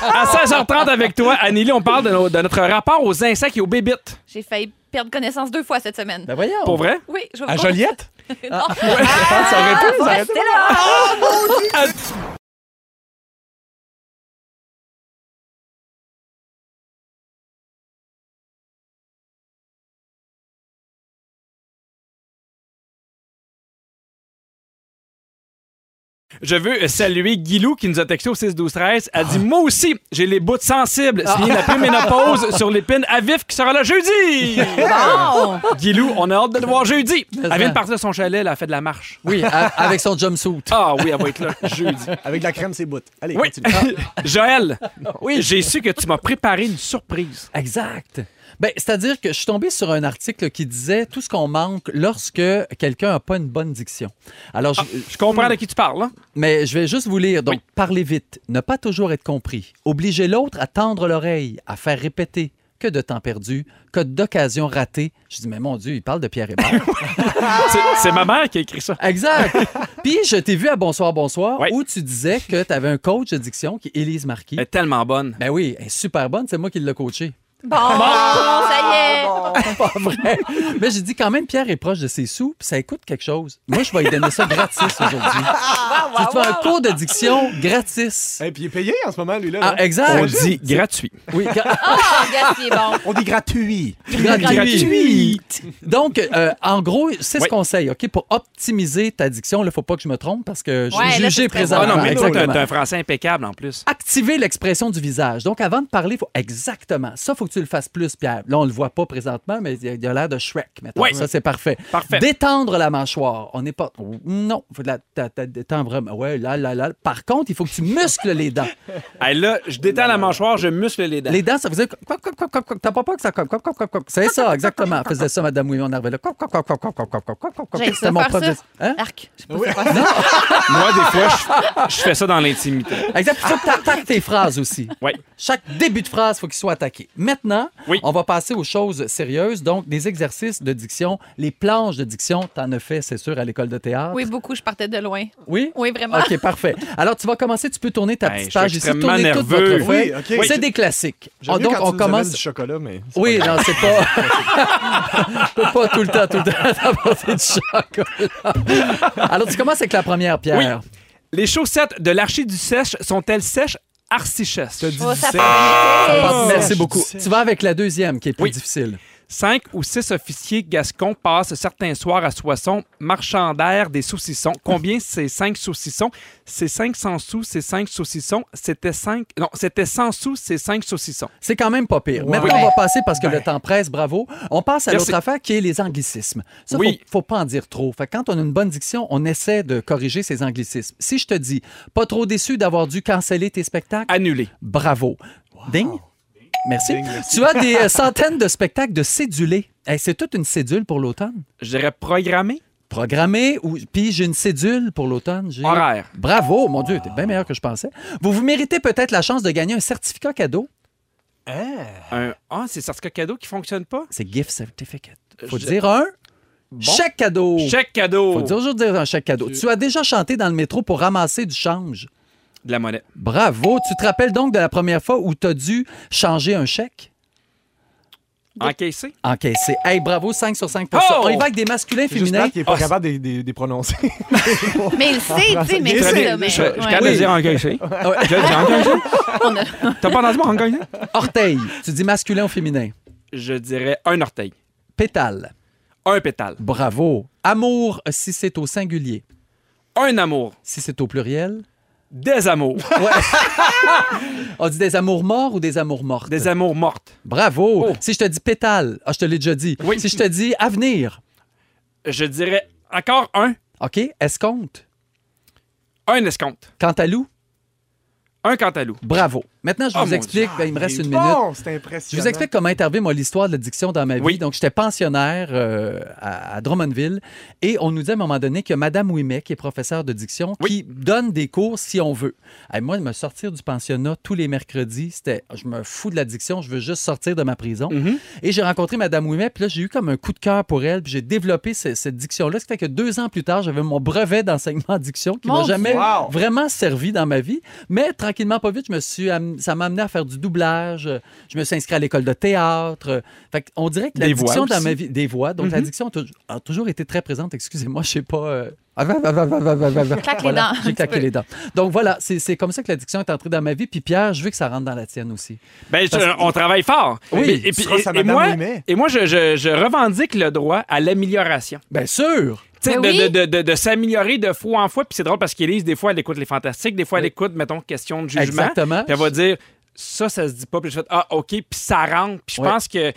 à 16h30 avec toi, Anneli, on parle de, nos- de notre rapport aux insectes et aux bébites.
J'ai failli perdre connaissance deux fois cette semaine.
Ben voyons.
Pour vrai?
Oui, je vais
À
vous-
Ah, Joliette?
Non,
Ah, ça aurait pu, ça
faut
aurait
rester là.
Je veux euh, saluer Guilou qui nous a texté au 6 12 13. Elle dit Moi aussi, j'ai les bouts sensibles. Signé la préménopause sur l'épine à vif qui sera là jeudi.
Bon!
Guilou, on a hâte de le voir jeudi. Elle vient
ça.
de partir de son chalet, elle a fait de la marche.
Oui, a- avec son jumpsuit.
Ah oui, elle va être là jeudi.
Avec de la crème, c'est bout. Allez,
Oui.
continue. Ah.
Joël, oui, j'ai su que tu m'as préparé une surprise.
Exact. Ben, C'est-à-dire que je suis tombé sur un article qui disait tout ce qu'on manque lorsque quelqu'un n'a pas une bonne diction. Alors, je-
Je comprends de qui tu parles. hein?
Mais je vais juste vous lire. Donc,
Ah. Oui.
parlez vite, ne pas toujours être compris, obliger l'autre à tendre l'oreille, à faire répéter. Que de temps perdu, que d'occasions ratées. Je dis, mais mon Dieu, il parle de Pierre Hébert.
C'est- C'est ma mère qui a écrit ça.
exact. Puis, je t'ai vu à Bonsoir, Bonsoir,
Oui.
où tu disais que tu avais un coach de diction qui est Élise Marquis.
Elle est tellement bonne.
Ben oui, elle est super bonne, c'est moi qui l'ai coachée.
Bon! Ça y est!
Pas vrai. Mais j'ai dit quand même, Pierre est proche de ses sous, puis ça écoute quelque chose. Moi, je vais lui donner ça gratis aujourd'hui.
Ah, bah,
Tu te fais un cours de diction gratis.
Et puis il est payé en ce moment, lui-là.
Ah,
là.
exact.
Euh, On dit gratuit.
Oui, gra-
Ah, gars, c'est bon.
On dit gratuit.
gratuit.
Gratuit.
Donc, euh, en gros, c'est
Oui.
ce conseil, OK? Pour optimiser ta diction, il ne faut pas que je me trompe parce que je
Ouais, là,
suis
c'est
jugé
très bon.
Ah
présentement.
non, mais toi, t'as
Exactement.
t'as un français impeccable en plus.
Activer l'expression du visage. Donc, avant de parler, faut... exactement. Ça, faut que tu le fasses plus, Pierre. Là, on le voit pas présentement, mais il a- il a l'air de Shrek, mettons.
Oui.
Ça, c'est parfait.
Parfait.
Détendre la mâchoire. On n'est pas. Non, faut la, ta- ta- détendre vraiment. Ouais, là, là, là. Par contre, il faut que tu muscles les dents.
Hey, là, je détends la mâchoire, je muscle les dents.
Les dents, ça faisait. Quoi, quoi, quoi, quoi, quoi, T'as pas peur que ça. Quoi, quoi, quoi, quoi, quoi. C'est ça, exactement. Faisait ça, Madame Ouillon, on arrivait là. Quoi, quoi, quoi, quoi, quoi, quoi, quoi, quoi, quoi, quoi, quoi.
J'ai
C'était
ça,
mon
faire
prof de.
ça.
Hein?
Arc.
Moi, des fois, je, je fais ça dans l'intimité.
Exact. Il faut que t'attaques tes phrases aussi.
Oui.
Chaque début de phrase, faut qu'il soit attaqué. Maintenant,
Oui.
on va passer aux choses sérieuses. Donc, des exercices de diction, les planches de diction, t'en as fait, c'est sûr, à l'école de théâtre.
Oui, beaucoup, je partais de loin.
Oui?
Oui, vraiment.
OK, parfait. Alors, tu vas commencer, tu peux tourner ta
Hey, je
petite
suis
page ici,
extrêmement
tourner toute
nerveux.
votre feuille.
Oui, OK.
C'est des classiques.
J'aime mieux
Ah, Donc,
quand
on
tu nous amènes
commence.
du chocolat, mais... c'est
Oui, non, c'est pas. Je peux pas tout le temps, tout le temps t'apporter du chocolat. Alors, tu commences avec la première, Pierre.
Les chaussettes de l'archi du sèche sont-elles sèches, archi sèches?
Oh, ça
Bon,
fait-
Merci beaucoup.
sais.
Tu vas avec la deuxième, qui est plus
Oui.
difficile.
Cinq ou six officiers gascons passent certains soirs à Soissons, marchandaires des saucissons. Combien ces cinq saucissons? Ces 500 sous, ces cinq saucissons, c'était cinq... Non, c'était 100 sous, ces cinq saucissons.
C'est quand même pas pire.
Ouais.
Maintenant, on va passer parce que le temps presse, bravo. On passe à
Merci.
l'autre affaire qui est les anglicismes. Ça,
Oui.
faut, faut pas en dire trop. Fait que quand on a une bonne diction, on essaie de corriger ces anglicismes. Si je te dis, pas trop déçu d'avoir dû canceller tes spectacles,
Annulé.
Bravo. Ding. Merci. Tu as des euh, centaines de spectacles de cédulés. Hey, c'est toute une cédule pour l'automne.
Je dirais programmé.
Programmé, ou... puis j'ai une cédule pour l'automne. J'ai-
Horaire.
Bravo, mon Dieu, t'es bien meilleur que je pensais. Vous vous méritez peut-être la chance de gagner un certificat cadeau.
Un... Ah, c'est certificat cadeau qui fonctionne pas?
C'est gift certificate. Faut
Euh, Je-
dire un chèque cadeau.
Chèque cadeau.
Oh. Faut toujours dire un chèque cadeau. Tu as déjà chanté dans le métro pour ramasser du change.
De la monnaie.
Bravo. Tu te rappelles donc de la première fois où tu as dû changer un chèque?
Encaissé.
Encaissé. Hey, bravo, 5 sur 5 pour ça.
Oh!
On y va avec des masculins
Juste
féminins.
plate, il est pas
Ah,
capable de de- de les prononcer.
Mais il le sait, tu sais, mais
Je-
Ben, c'est là, mais-
Je
ouais.
capable de dire encaissé.
Ouais.
Je le dis encaissé.
On a-
T'as pas entendu mon encaissé?
Orteil. Tu dis masculin ou féminin?
Je dirais un orteil.
Pétale.
Un pétale.
Bravo. Amour, si c'est au singulier.
Un amour.
Si c'est au pluriel.
Des amours.
On dit des amours morts ou des amours mortes?
Des amours mortes.
Bravo.
Oh.
Si je te dis pétale, ah, je te l'ai déjà dit.
Oui.
Si je te dis avenir,
Je dirais encore un.
OK, escompte.
Un escompte.
Cantalou,
Un cantalou.
bravo. Maintenant, je
Oh,
vous
mon
explique, ben, il me reste une minute.
Ah, Bon, c'est
Je
impressionnant.
vous explique comment est arrivée, moi, l'histoire de l'addiction dans ma vie.
Oui.
Donc, j'étais pensionnaire euh, à, à Drummondville et on nous dit à un moment donné que Madame Ouimet, qui est professeure de diction, qui donne des cours si on veut. Et moi, de me sortir du pensionnat tous les mercredis, c'était je me fous de l'addiction, je veux juste sortir de ma prison. Et j'ai rencontré Madame Ouimet, puis là, j'ai eu comme un coup de cœur pour elle, puis j'ai développé ce- cette diction-là. Ce qui fait que deux ans plus tard, j'avais mon brevet d'enseignement en diction qui m'a
Mon
jamais
Dieu. Wow.
vraiment servi dans ma vie. Mais tranquillement, pas vite, je me suis am- ça m'a amené à faire du doublage. Euh, Je me suis inscrit à l'école de théâtre. Euh, Fait on dirait que
Des
l'addiction
voix
dans
aussi. Mm-hmm.
ma vie. Des voix. Donc, l'addiction a tou- a toujours été très présente. Excusez-moi, je sais pas. euh, ah, ah, ah, ah, ah, ah, ah, ah.
Claque les
Voilà,
dents,
J'ai
un
claqué
petit peu.
les dents. Donc, voilà, c'est c'est comme ça que l'addiction est entrée dans ma vie. Puis, Pierre, je veux que ça rentre dans la tienne aussi.
Ben, je-
Parce-
on travaille fort.
Oui,
Mais- et,
tu seras sa Madame
moi,
Ouimet.
et moi je, je- je revendique le droit à l'amélioration.
Bien sûr!
Tu sais,
Ben
de,
oui.
de- de- de s'améliorer de fois en fois. Puis c'est drôle parce qu'Élise, des fois, elle écoute les fantastiques, des fois, elle
Oui.
écoute, mettons, question de jugement.
Exactement.
Puis elle va dire ça, ça se dit pas. Puis je fais ah, OK. Puis ça rentre. Puis je
Ouais.
pense que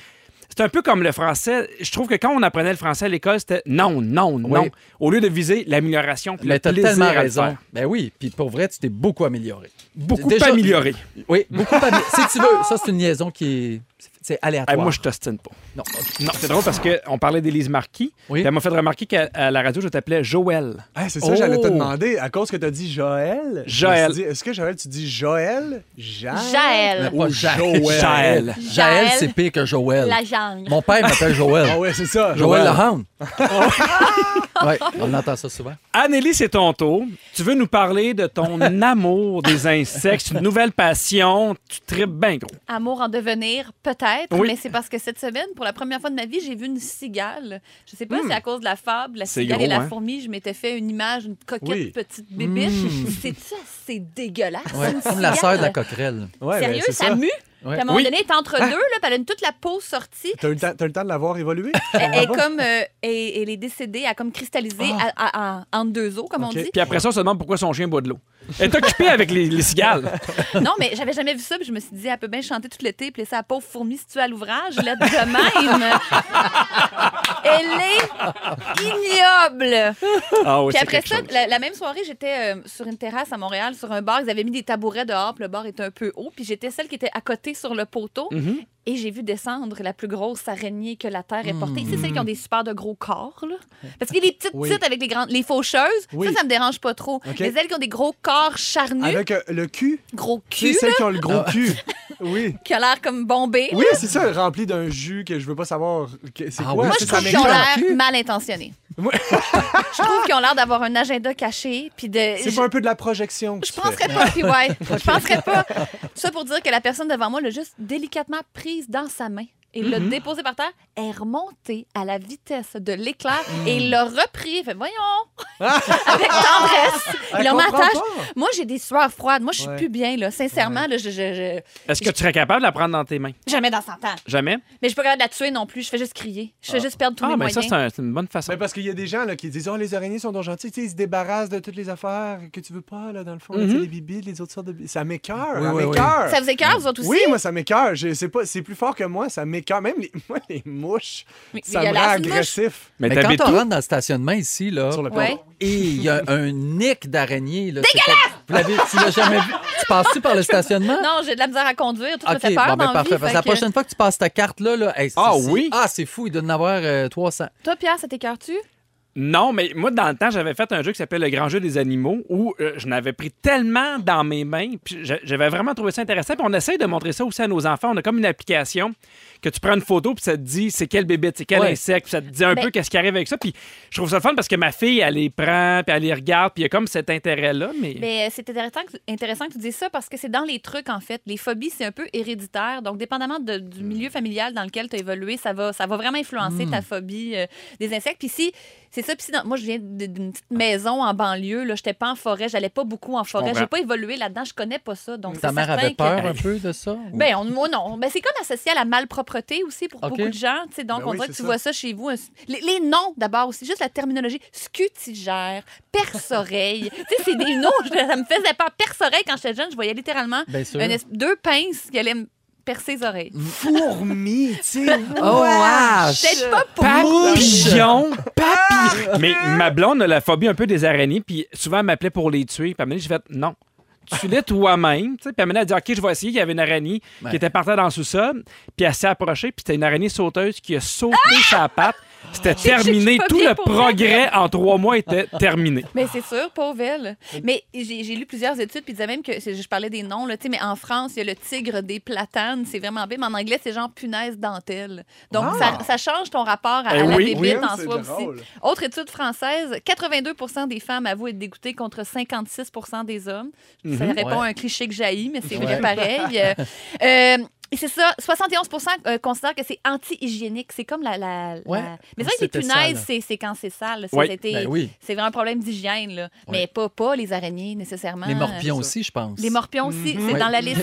c'est un peu comme le français. Je trouve que quand on apprenait le français à l'école, c'était non, non, non. Au lieu de viser l'amélioration. puis
Mais
le
t'as
plaisir
tellement
à le
raison.
faire.
Ben oui, puis pour vrai, tu t'es beaucoup amélioré.
Beaucoup
Déjà-
amélioré.
Oui, beaucoup amélioré. si tu veux, ça, c'est une liaison qui est... C'est
Eh,
aléatoire.
moi, je t'ostine pas.
Non.
Non, c'est drôle parce qu'on parlait d'Élise Marquis.
Oui.
Puis Elle m'a fait remarquer qu'à à la radio, je t'appelais Joël.
Ah, c'est ça, que j'allais te
Oh.
demander. À cause que t'as dit Joël. je
Joël.
me suis dit, Est-ce que Joël, tu dis Joël? Jaël?
Jaël.
Pas
Ou
Jaël.
Joël.
Jaël.
Jaël, c'est pire que Joël.
La jungle.
Mon père m'appelle Joël.
Ah ouais, c'est ça.
Joël Lahound. oui, on entend ça souvent.
Anneli, c'est ton tour. Tu veux nous parler de ton amour des insectes, une nouvelle passion. Tu tripes bien gros.
Amour en devenir, peut-être,
Oui.
mais c'est parce que cette semaine, pour la première fois de ma vie, j'ai vu une cigale. Je sais pas si c'est à cause de la fable, la
C'est
cigale et
gros,
la
hein?
fourmi, je m'étais fait une image, une coquette
Oui.
petite bébiche. C'est-tu assez dégueulasse?
Ouais,
une
Comme la
cigale?
sœur de la coquerelle.
Ouais, ben,
Sérieux,
c'est
ça, mue?
Ouais.
Puis À un moment
Oui.
donné, elle est entre deux, là, puis elle a une- toute la peau sortie.
T'as eu le temps- t'as eu le temps de l'avoir évolué?
Elle, elle est comme, euh, elle- elle est décédée, elle a comme cristallisé à- à- à- entre deux os, comme
Ok.
on dit.
Puis après ça, on se demande pourquoi son chien boit de l'eau. Elle est occupée avec les, les cigales.
Non, mais j'avais jamais vu ça, puis je me suis dit, elle peut bien chanter tout l'été, puis laisser la pauvre fourmi si tu à l'ouvrage, là, de même. Elle est ignoble.
Ah oui,
Puis
c'est
après
quelque
ça,
chose.
la, la même soirée, j'étais euh, sur une terrasse à Montréal, sur un bar. Ils avaient mis des tabourets dehors, puis le bar était un peu haut. Puis j'étais celle qui était à côté sur le poteau.
Mm-hmm.
Et j'ai vu descendre la plus grosse araignée que la Terre ait portée. C'est celles qui ont des super de gros corps, là. Parce qu'il y a des petites
Mm. Oui.
petites avec les grandes, les faucheuses.
Oui.
Ça, ça me dérange pas trop.
OK.
Mais celles qui ont des gros corps charnus,
Avec euh, le cul.
gros
C'est
cul,
celles qui ont le
Ah.
gros cul. Oui.
qui a l'air comme bombé.
Oui, c'est ça, rempli d'un jus que je veux pas savoir. que- C'est
Ah
quoi?
oui,
Moi,
C'est
je
ça
trouve qu'ils ont
m'écoeure.
l'air mal intentionnés.
Oui.
je trouve qu'ils ont l'air d'avoir un agenda caché, puis de.
C'est pas un peu de la projection. que
Je
tu
penserais pas, puis ouais. Je penserais pas. Ça pour dire que la personne devant moi l'a juste délicatement prise dans sa main et l'a
Mm-hmm.
déposée par terre. Elle est remontée à la vitesse de l'éclair
Mm.
et l'a repris. Fait, voyons! Avec tendresse.
fais.
Il
Elle
en
comprend
m'attache.
Ben, pas.
Moi, j'ai des sueurs froides. Moi, je suis
Ouais.
plus bien, là. Sincèrement, là, je, je- je-
Est-ce que tu serais capable de la prendre dans tes mains?
Jamais dans 100 ans.
Jamais?
Mais je suis pas capable de la tuer non plus. Je fais juste crier. Je fais juste perdre tous
ah,
mes
ben,
mais ça,
moyens.
c'est un- c'est une bonne façon.
Mais Ben, parce qu'il y a des gens là, qui disent Oh, les araignées sont donc gentilles. Tu sais, ils se débarrassent de toutes les affaires que tu veux pas, là, dans le fond. Tu sais,
Mhm.
Les bibides, les autres sortes de. bi- Ça m'écoeure.
Mm-hmm. Oui,
ça
oui, oui.
m'écoeure.
Ça vous écœure, vous autres aussi?
Oui, moi, ça m'écoeure. Je sais pas, c'est plus fort que moi, ça m'écoeure. Même les, moi, les mouches,
Mais
ça me
dégueulasse,
rend
une mouche.
agressif.
ben,
Mais,
Mais quand
t'habites
on
où?
rentre dans le stationnement ici, là,
Sur le
Ouais.
plateau.
et il y a un nick d'araignée. là, c'est comme- Vous l'avez, tu l'as jamais vu? Tu passes-tu par le stationnement?
Non, j'ai de la misère à conduire. Tout me
OK,
fait peur
bon, ben,
dans la vie,
parfait. Parce que la
fait que-
prochaine fois que tu passes ta carte-là, là, hey, c'est-
Ah
c'est-
oui?
Ah, c'est fou, il doit en avoir euh, 300.
Toi, Pierre, ça t'écœure-tu?
Non, mais moi, dans le temps, j'avais fait un jeu qui s'appelle Le Grand Jeu des Animaux où euh, je n'avais pris tellement dans mes mains. Puis j'a- j'avais vraiment trouvé ça intéressant. Puis on essaye de montrer ça aussi à nos enfants. On a comme une application que tu prends une photo, puis ça te dit c'est quel bébé, c'est quel
Ouais.
insecte, puis ça te dit un
Ben-
peu qu'est-ce qui arrive avec ça. Puis je trouve ça le fun parce que ma fille, elle les prend, puis elle les regarde, puis il y a comme cet intérêt-là. Mais...
Mais euh, c'est intéressant que, intéressant que tu dises ça parce que c'est dans les trucs, en fait. Les phobies, c'est un peu héréditaire. Donc, dépendamment de- du
Hmm.
milieu familial dans lequel tu as évolué, ça va, ça va vraiment influencer ta phobie euh, des insectes. Puis si, c'est ça. Puis si, dans- moi, je viens d- d'une petite maison en banlieue. Je n'étais pas en forêt. J'allais pas beaucoup en forêt.
comprends.
J'ai pas évolué là-dedans. Je connais pas ça. Donc,
Ta
c'est
mère
certain
avait
que-
peur un peu de ça? ou-
Ben, on, moi, non. Ben, c'est comme associé à la malpropreté aussi pour
OK.
beaucoup de gens. tu sais. donc,
Ben
on
oui,
dirait que
c'est
tu
ça.
vois ça chez vous. un- Les, les noms, d'abord, aussi. Juste la terminologie. Scutigère, perce-oreille. tu sais, c'est des noms. je- Ça me faisait peur. Perce-oreille, quand j'étais jeune, je voyais littéralement
Bien sûr.
un es- deux pinces qui allaient me percer les oreilles.
Fourmis, tu sais.
Oh, ah,
J'étais pas pour
Papillon! Papillon! Mais ma blonde a la phobie un peu des araignées, puis souvent elle m'appelait pour les tuer. Puis à un moment donné, j'ai fait non. Tu l'es toi-même. tu sais. Puis à un moment donné, elle a dit OK, je vais essayer. Il y avait une araignée
Ouais.
qui était par terre dans le sous-sol, puis elle s'est approchée, puis c'était une araignée sauteuse qui a sauté sa patte. C'était terminé.
j'ai pas
Tout
bien
le
pour elle.
progrès en trois mois était terminé.
Mais c'est sûr, pauvre elle. Mais j'ai j'ai lu plusieurs études, puis ils disaient même que, c'est- je parlais des noms, là, tu sais, mais en France, il y a le tigre des platanes, c'est vraiment bébé, mais en anglais, c'est genre punaise dentelle. Donc,
Ah!
ça, ça change ton rapport à, à
Eh
la
oui.
bébite
Ben Oui,
en
c'est
soi aussi.
drôle.
Autre étude française, 82 des femmes avouent être dégoûtées contre
Mhm.
56 des hommes. Ça répond à un cliché que j'haïs, mais c'est vrai pareil. Euh, euh, Et c'est ça, 71 euh, considèrent que c'est anti-hygiénique. C'est comme la. la, la- Mais
Ouais, quand
c'est vrai que
c'était
les
sale.
punaises, c'est c'est quand c'est sale. Ça,
Ouais,
c'était-
ben oui.
C'est vraiment un problème d'hygiène, là.
Ouais.
Mais pas, pas les araignées, nécessairement.
Les morpions
Euh,
aussi, je pense.
Les morpions aussi, c'est
Ouais.
dans la liste.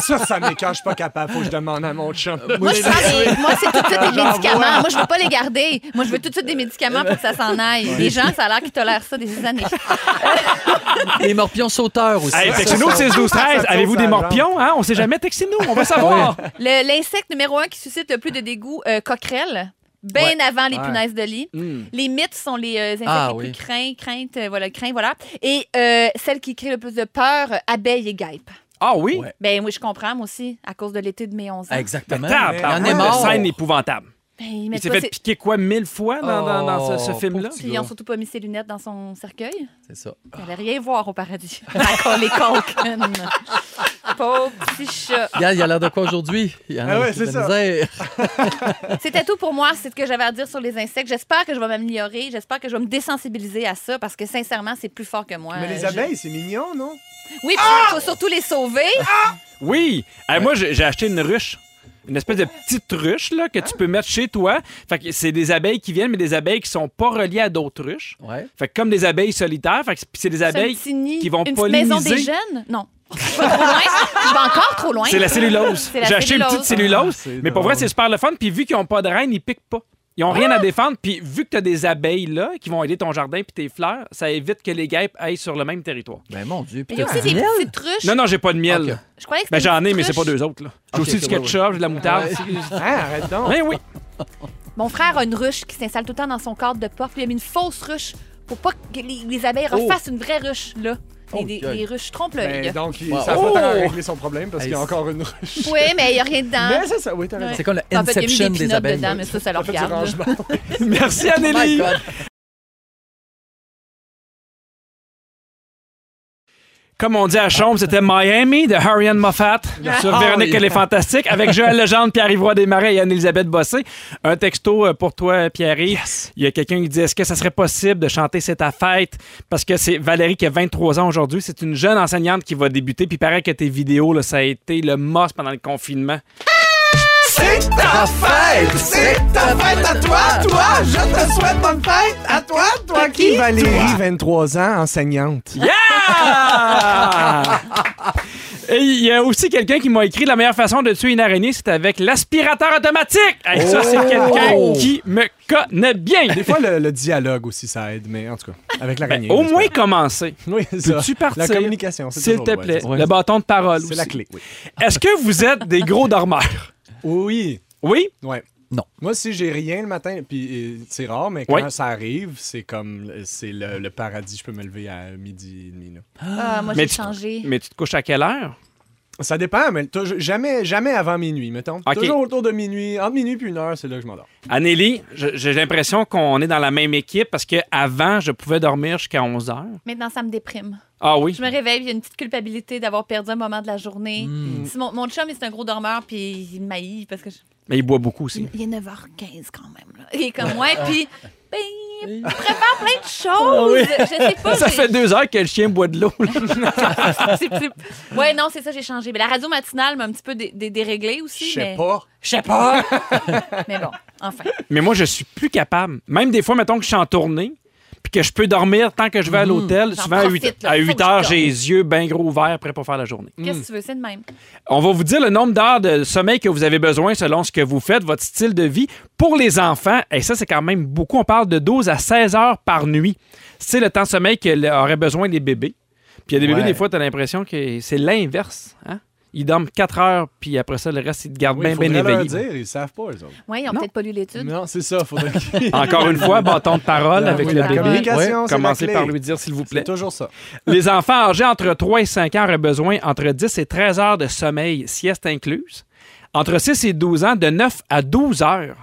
Ça, ça m'écoeure, je suis pas capable. Faut que je demande à mon chum.
Euh,
Moi, je prends des- moi, c'est tout de suite des
J'en vois.
médicaments. Moi, je veux pas les garder. Moi, je veux tout de suite des médicaments pour que ça s'en aille. Les gens, ça a l'air qu'ils tolèrent ça des années.
Les morpions sauteurs aussi.
Hey,
ça,
Textez-nous
ça,
6 12 13
ça,
Avez-vous
ça,
des
ça,
morpions? Hein? On sait jamais. Textez-nous, on va savoir.
Le- L'insecte numéro un qui suscite le plus de dégoût, euh, coquerelle. Bien avant les punaises de lit. Les mythes sont les euh, insectes
Hmm. Ah,
les
oui.
plus craints, craintes, euh, voilà, craints, voilà. Et euh, celle qui crée le plus de peur, euh, abeilles et guêpes.
Ah oui?
Ouais.
Ben oui, je comprends, moi aussi, à cause de l'été de mes 11 ans.
Exactement.
Tabarnak,
Il y en est
de
mort.
scène épouvantable.
Ben, mais
Il s'est
toi,
fait
c'est-
piquer quoi mille fois dans, dans- dans ce, ce
Oh,
film-là?
pauvre
Puis ils ont surtout pas mis ses lunettes dans son cercueil.
C'est ça.
Il allait rien voir au paradis. D'accord, les coquines. Pauvre petit chat.
Regarde, il a l'air de quoi aujourd'hui? Il y en a
Ah ouais,
qui
c'est
de
ça.
misère.
C'était tout pour moi, c'est ce que j'avais à dire sur les insectes. J'espère que je vais m'améliorer, j'espère que je vais me désensibiliser à ça parce que sincèrement, c'est plus fort que moi.
Mais les
Euh, je-
abeilles, c'est mignon, non?
Oui, puis
Ah!
faut surtout les sauver.
Oui. Hey, Moi, j'ai j'ai acheté une ruche. Une espèce de petite ruche là, que tu peux mettre chez toi. Fait que c'est des abeilles qui viennent, mais des abeilles qui sont pas reliées à d'autres ruches.
Ouais.
Fait que comme des abeilles solitaires. Fait que c'est- puis c'est des
C'est un
abeilles.
petit nid,
qui vont
une petite maison des
polliniser.
jeunes. Non. Je vais trop loin. Je vais encore trop loin.
C'est la cellulose.
C'est la
J'ai acheté une
cellulose.
petite cellulose.
Ah, c'est
mais pour vrai,
drôle.
c'est super le fun. Puis vu qu'ils ont pas de reine, ils piquent pas. Ils ont rien
Ah!
à défendre. Puis vu que tu as des abeilles là qui vont aider ton jardin puis tes fleurs, ça évite que les guêpes aillent sur le même territoire.
Ben mon Dieu.
Mais
puis
il y a
t'as
aussi
du
des
miel?
petites truches.
Non, non, j'ai pas de miel.
Ok.
Je croyais que
Ben,
c'était
j'en
une
ai, mais
petite
c'est pas
truche.
deux autres. là. J'ai
Ok,
aussi
ok,
du
ouais,
ketchup, j'ai de la moutarde.
Hein, arrête donc.
Ben oui.
Mon frère a une ruche qui s'installe tout le temps dans son cadre de porte. Puis il a mis une fausse ruche pour pas que les, les abeilles refassent une vraie ruche, là. Les,
Oh,
des-
gueule.
les ruches trompe-l'œil.
Ben, donc, il-
Wow.
ça va pas
Oh!
régler son problème parce
Hey,
qu'il y a
c'est-
encore une ruche.
Oui, mais il n'y a rien dedans.
Mais c'est ça, oui, t'as raison.
C'est comme le
En fait, il y a
Inception
mis des,
des
pinottes
abeilles.
dedans, mais ça, ça leur
T'as fait du
regarde. là.
rangement.
Merci,
Oh my
Anneli.
God.
Comme on dit à Chambre, c'était Miami de Harriet Moffat sur
Ah,
Véronique
oui.
Elle est fantastique avec Joël Legendre, Pierre-Yvroy Desmarais et Anne-Elisabeth Bossé. Un texto euh, pour toi, pierre Il y a quelqu'un qui dit Est-ce que ça serait possible de chanter C'est ta fête Parce que c'est Valérie qui a 23 ans aujourd'hui. C'est une jeune enseignante qui va débuter. Puis paraît que tes vidéos, là, ça a été le must pendant le confinement.
C'est ta fête! C'est ta fête à toi, toi! Je te souhaite bonne fête à toi, toi qui?
Valérie, 23 ans, enseignante.
Yeah! Ah! Et il y a aussi quelqu'un qui m'a écrit la meilleure façon de tuer une araignée, c'est avec l'aspirateur automatique. Hey, Ça, c'est quelqu'un qui me connaît bien.
Des fois, le, le dialogue aussi, ça aide, mais en tout cas, avec l'araignée.
Ben, Au
n'est-ce
moins commencer.
pas? Oui, c'est ça.
Peux-tu partir?
La communication, c'est
S'il
toujours-
te
ouais,
plaît,
c'est-
le bâton de parole.
C'est la
aussi.
clé. Oui.
Est-ce que vous êtes des gros dormeurs?
Oui.
Oui?
Ouais.
Non.
Moi, si j'ai rien le matin, puis euh, c'est rare, mais quand
Ouais.
ça arrive, c'est comme euh, c'est le, le paradis. Je peux me lever à midi et demi. là.
Ah, moi,
Mais
j'ai
tu-
changé.
Mais tu te couches à quelle heure?
Ça dépend, mais tou- jamais, jamais avant minuit, mettons.
Ok.
Toujours autour de minuit, entre minuit puis une heure, c'est là que je m'endors.
Anneli, je- j'ai l'impression qu'on est dans la même équipe parce que avant je pouvais dormir jusqu'à 11 heures.
Maintenant, ça me déprime.
Ah oui?
Je me réveille, il y a une petite culpabilité d'avoir perdu un moment de la journée. Si mon, mon chum, il est un gros dormeur, puis il m'aïe parce que je-
Mais il boit beaucoup aussi.
il est 9h15 quand même. Là. Il est comme moi, puis ben, il prépare plein de choses. Je sais pas.
Ça
j'ai-
fait deux heures que le chien boit de l'eau.
c'est- c'est- Ouais, non, c'est ça, j'ai changé. Mais la radio matinale m'a un petit peu dé- dé- déréglée aussi.
Je sais
mais...
pas.
Je sais pas. mais bon, enfin.
Mais moi, je suis plus capable. Même des fois, mettons que je suis en tournée, puis que je peux dormir tant que je vais à l'hôtel.
Mm. J'en
Souvent, à 8,
profite, là. Faut que je
heures,
dorme.
j'ai les yeux bien gros ouverts, prêts pour faire la journée.
Qu'est-ce que tu veux? C'est de même.
On va vous dire le nombre d'heures de sommeil que vous avez besoin selon ce que vous faites, votre style de vie. Pour les enfants, et ça, c'est quand même beaucoup. On parle de 12 à 16 heures par nuit. C'est le temps de sommeil qu'auraient besoin les bébés. Puis il y a des bébés,
Ouais.
des fois, tu as l'impression que c'est l'inverse. hein? Ils dorment 4 heures, puis après ça, le reste, ils te gardent
Oui,
bien,
faudrait
bien
leur
éveillés.
dire, ils savent pas, eux autres.
Oui, ils ont
Non.
peut-être pas lu l'étude.
Non, c'est ça, faudrait qu'ils...
Encore une fois, bâton de parole avec
Ah Oui,
le
la
bébé.
communication, c'est la
Commencez
clé.
par lui dire, s'il vous plaît.
C'est toujours ça.
Les enfants âgés entre 3 et 5 ans auraient besoin entre 10 et 13 heures de sommeil, sieste incluse. Entre 6 et 12 ans, de 9 à 12 heures.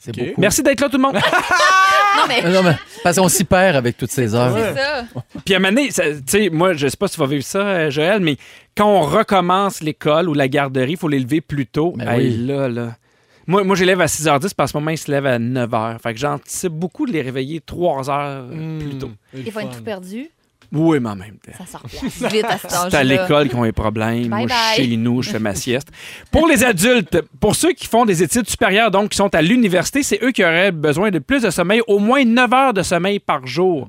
C'est
Ok.
beaucoup.
Merci d'être là, tout le monde.
Non, mais
Non, mais parce qu'on s'y perd avec toutes ces heures.
Ouais.
c'est ça.
Puis à un moment donné, ça- tu sais, moi, je sais pas si tu vas vivre ça, euh, Joël, mais quand on recommence l'école ou la garderie, il faut les lever plus tôt.
Ben
Hey,
oui.
là, là. Moi, moi, je les lève à 6h10, parce que ce moment, ils se lèvent à
Hmm.
9h. Fait que j'anticipe beaucoup de les réveiller 3 heures euh, plus tôt.
Mm.
Ils vont être tout perdus.
Oui, mais en même temps.
Ça sort place vite à cet âge
C'est à l'école qu'ils ont les
Bye
problèmes. Moi,
bye.
chez nous, je fais ma sieste. Pour les adultes, pour ceux qui font des études supérieures, donc qui sont à l'université, c'est eux qui auraient besoin de plus de sommeil, au moins 9 heures de sommeil par jour.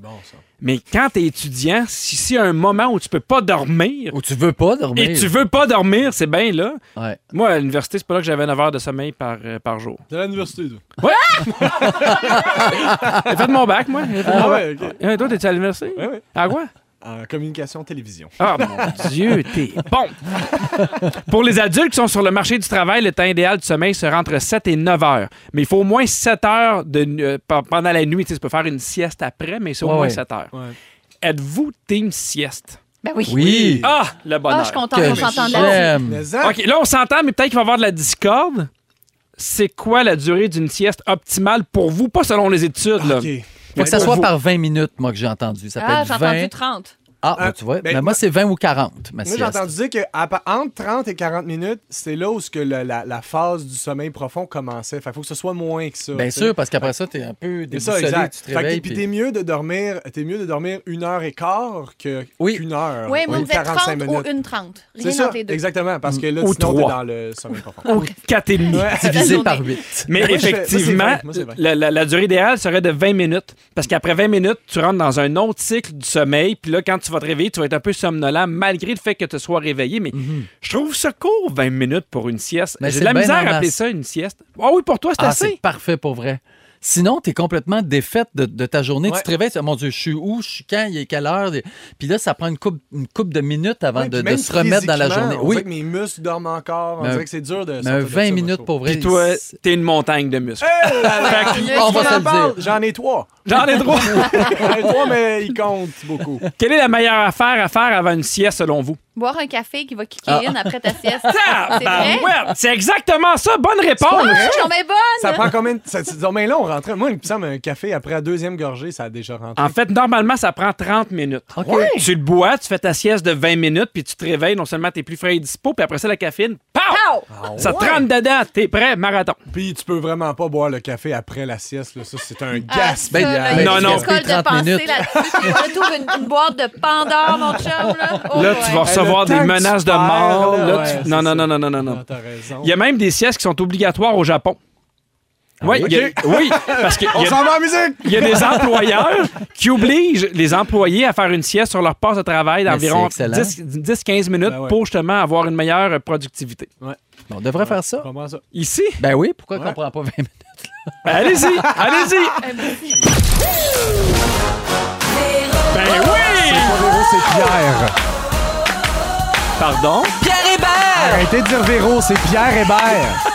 Mais quand tu es étudiant, si c'est un moment où tu peux pas dormir
Ou tu veux pas dormir.
et tu veux pas dormir, c'est bien là.
Ouais.
Moi, à l'université, c'est pas là que j'avais 9 heures de sommeil par, euh, par jour.
T'es à l'université, toi.
J'ai fait de mon bac, moi. J'ai fait de mon
Ah
bac.
ouais, ok.
Et toi, t'es à l'université?
Ouais, ouais.
À quoi?
En communication télévision.
Ah mon Dieu, t'es bon! Pour les adultes qui sont sur le marché du travail, le temps idéal du sommeil sera entre 7 et 9 heures. Mais il faut au moins 7 heures de, nu- euh, pe- pendant la nuit. Tu sais, tu peux faire une sieste après, mais c'est au
Ouais,
moins
ouais.
7 heures.
Ouais.
Êtes-vous team sieste?
Ben oui.
Oui.
Ah, le bonheur!
Ah, je suis contente
Que
qu'on s'entende là.
j'aime.
Mais ça,
OK, là, on s'entend, mais peut-être qu'il va y avoir de la discorde. C'est quoi la durée d'une sieste optimale pour vous? Pas selon les études, là.
ok.
Faut que ça soit par 20 minutes, moi, que j'ai entendu. Ça peut
Ah,
être
j'ai
20.
entendu 30.
Ah, ben,
Ah,
tu vois.
ben,
mais moi, c'est 20 ou 40, ma
Moi, j'ai
sieste.
entendu dire qu'entre 30 et 40 minutes, c'est là où ce que la, la- la phase du sommeil profond commençait. Fait faut que ce soit moins que ça.
Bien
tu sais.
sûr, parce qu'après ça, t'es un peu
C'est ça,
déboussolé,
exact.
tu te
Fait que t'es-
réveilles.
puis
puis-
t'es mieux de dormir, t'es mieux de dormir une heure et quart que
Oui.
qu'une heure.
Oui, moi,
ou
vous êtes
45
30 ou
minutes.
une 30.
C'est
Rien
ça,
entre les deux.
exactement, parce que là,
Ou
sinon, t'es
trois.
dans le sommeil profond.
Ou 4,5.
Ouais.
divisé
La
par
journée.
8.
Mais
Moi, je fais- moi, Ben c'est
effectivement,
vingt. Moi, c'est vingt.
la, la- la durée idéale serait de 20 minutes. Parce qu'après 20 minutes, tu rentres dans un autre cycle du sommeil. Puis là, quand tu vas te réveiller, tu vas être un peu somnolent malgré le fait que tu sois réveillé. Mais
Mhm.
je trouve ça court, 20 minutes pour une sieste.
Mais
J'ai
c'est
de la
bien
misère
en
à appeler
masse.
ça une sieste. Ah oui, pour toi, c'est
Ah, c'est
assez.
parfait pour vrai. Sinon, tu es complètement défaite de, de ta journée.
Ouais.
Tu te réveilles, tu dis, mon Dieu, je suis où, je suis quand, il est quelle heure. Puis là, ça prend une coupe, une coupe de minutes avant de,
Ouais, puis
de
même
se remettre dans la
physiquement,
journée.
On
Oui,
dirait que mes muscles dorment encore. On
Mais-
dirait que c'est dur de.
mais
sortir de
20
ça, moi, je
minutes
trouve.
pour vrai.
Puis toi,
c'est-
t'es une montagne de muscles.
Eh là là,
Fait que
Dieu,
on
qui
va se
m'en
le
parle?
dire.
J'en ai trois.
J'en ai droit.
J'en ai trois, mais ils comptent beaucoup.
Quelle est la meilleure affaire à faire avant une sieste selon vous?
Boire un café qui va kicker in après ta sieste.
Ah,
C'est
ben
vrai?
ouais, c'est exactement ça. Bonne réponse.
Ah, je suis tombée bonne!
Ça prend combien de. Ça, c'est- mais là, on rentrait. Moi, il me semble un café après la deuxième gorgée, ça a déjà rentré.
En fait, normalement, ça prend 30 minutes.
OK.
Tu le bois, tu fais ta sieste de 20 minutes, puis tu te réveilles. Non seulement t'es plus frais et dispo, puis après ça, la caféine, pow!
Ah!
Pow!
Ça te rentre dedans, t'es prêt, marathon.
Puis tu peux vraiment pas boire le café après la sieste. là. Ça, c'est un
Ah,
gaspillage.
ça, là,
Ben,
non,
il y a
non.
une école de
30
pensée
minutes.
là-dessus. puis On retrouve une, une boîte de Pandore, mon chum. Là, Oh,
Là,
ouais.
tu vas recevoir
le temps
des
que tu
menaces de
perds,
mort.
là,
là,
ouais,
tu-
c'est
non, non,
ça.
non, non, non, non,
Ah,
non.
T'as raison.
Il y a même des siestes qui sont obligatoires au Japon. Oui, il y a- oui, parce qu'il
Ah On
y, a-
s'en va en musique!
il y a des employeurs qui obligent les employés à faire une sieste sur leur passe de travail d'environ
c'est excellent.
10-15 minutes
Ben ouais.
pour justement avoir une meilleure productivité.
on devrait faire ça.
Comment ça?
Ici,
Ben oui, pourquoi
Ouais.
qu'on prend pas 20 minutes?
allez-y, allez-y. Ben oui!
Pas Véro, c'est Pierre.
Pardon?
Pierre Hébert!
Arrêtez de dire Véro, c'est Pierre Hébert.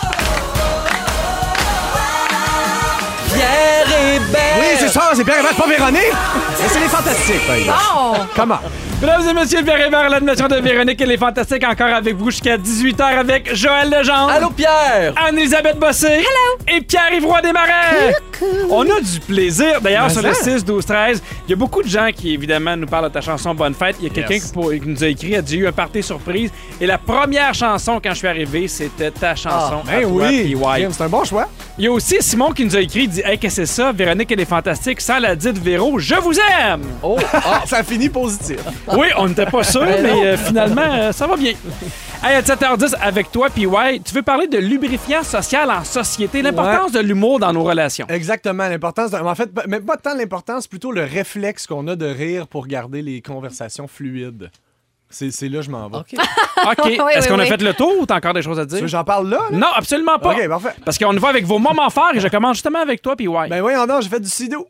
Pierre Hébert!
Oui, c'est ça, c'est Pierre Hébert, c'est pas Véronique. Mais c'est les fantastiques, ben, par
Ah!
exemple.
Bon!
Comment?
Mesdames et messieurs, bien à l'animation de Véronique et les Fantastiques, encore avec vous jusqu'à 18h avec Joël Legendre.
Allô, Pierre!
Anne-Elisabeth Bossé. Et Pierre-Yvroy Desmarais. On a du plaisir.
Ben
D'ailleurs, sur le 6, 12, 13, il y a beaucoup de gens qui, évidemment, nous parlent de ta chanson Bonne Fête. Il y a quelqu'un qui, pour- qui nous a écrit, a dit, j'ai eu un party surprise. Et la première chanson, quand je suis arrivé, c'était ta chanson. à
Ben
toi,
oui,
PY.
Kim, c'est un bon choix.
Il y a aussi Simon qui nous a écrit, il dit, hey, qu'est-ce que c'est ça? Véronique et les Fantastiques, sans la dite Véro, je vous aime!
Oh, ah,
Ça finit positif.
Oui, on n'était pas sûr, mais euh, finalement, euh, ça va bien. Hey, à 7h10, avec toi, puis ouais, tu veux parler de lubrifiant social en société, l'importance de l'humour dans nos relations.
Exactement, l'importance. d'un- En fait, pas- même pas tant l'importance, plutôt le réflexe qu'on a de rire pour garder les conversations fluides. C'est c'est là que je m'en vais.
OK.
OK.
oui,
Est-ce qu'on a
oui.
fait le tour ou t'as encore des choses à
Tu veux
dire?
que j'en parle là? là?
Non, absolument pas.
Ok, parfait.
Parce qu'on y va avec vos moments forts et je commence justement avec toi, puis ouais.
Ben voyons donc, j'ai fait du sido.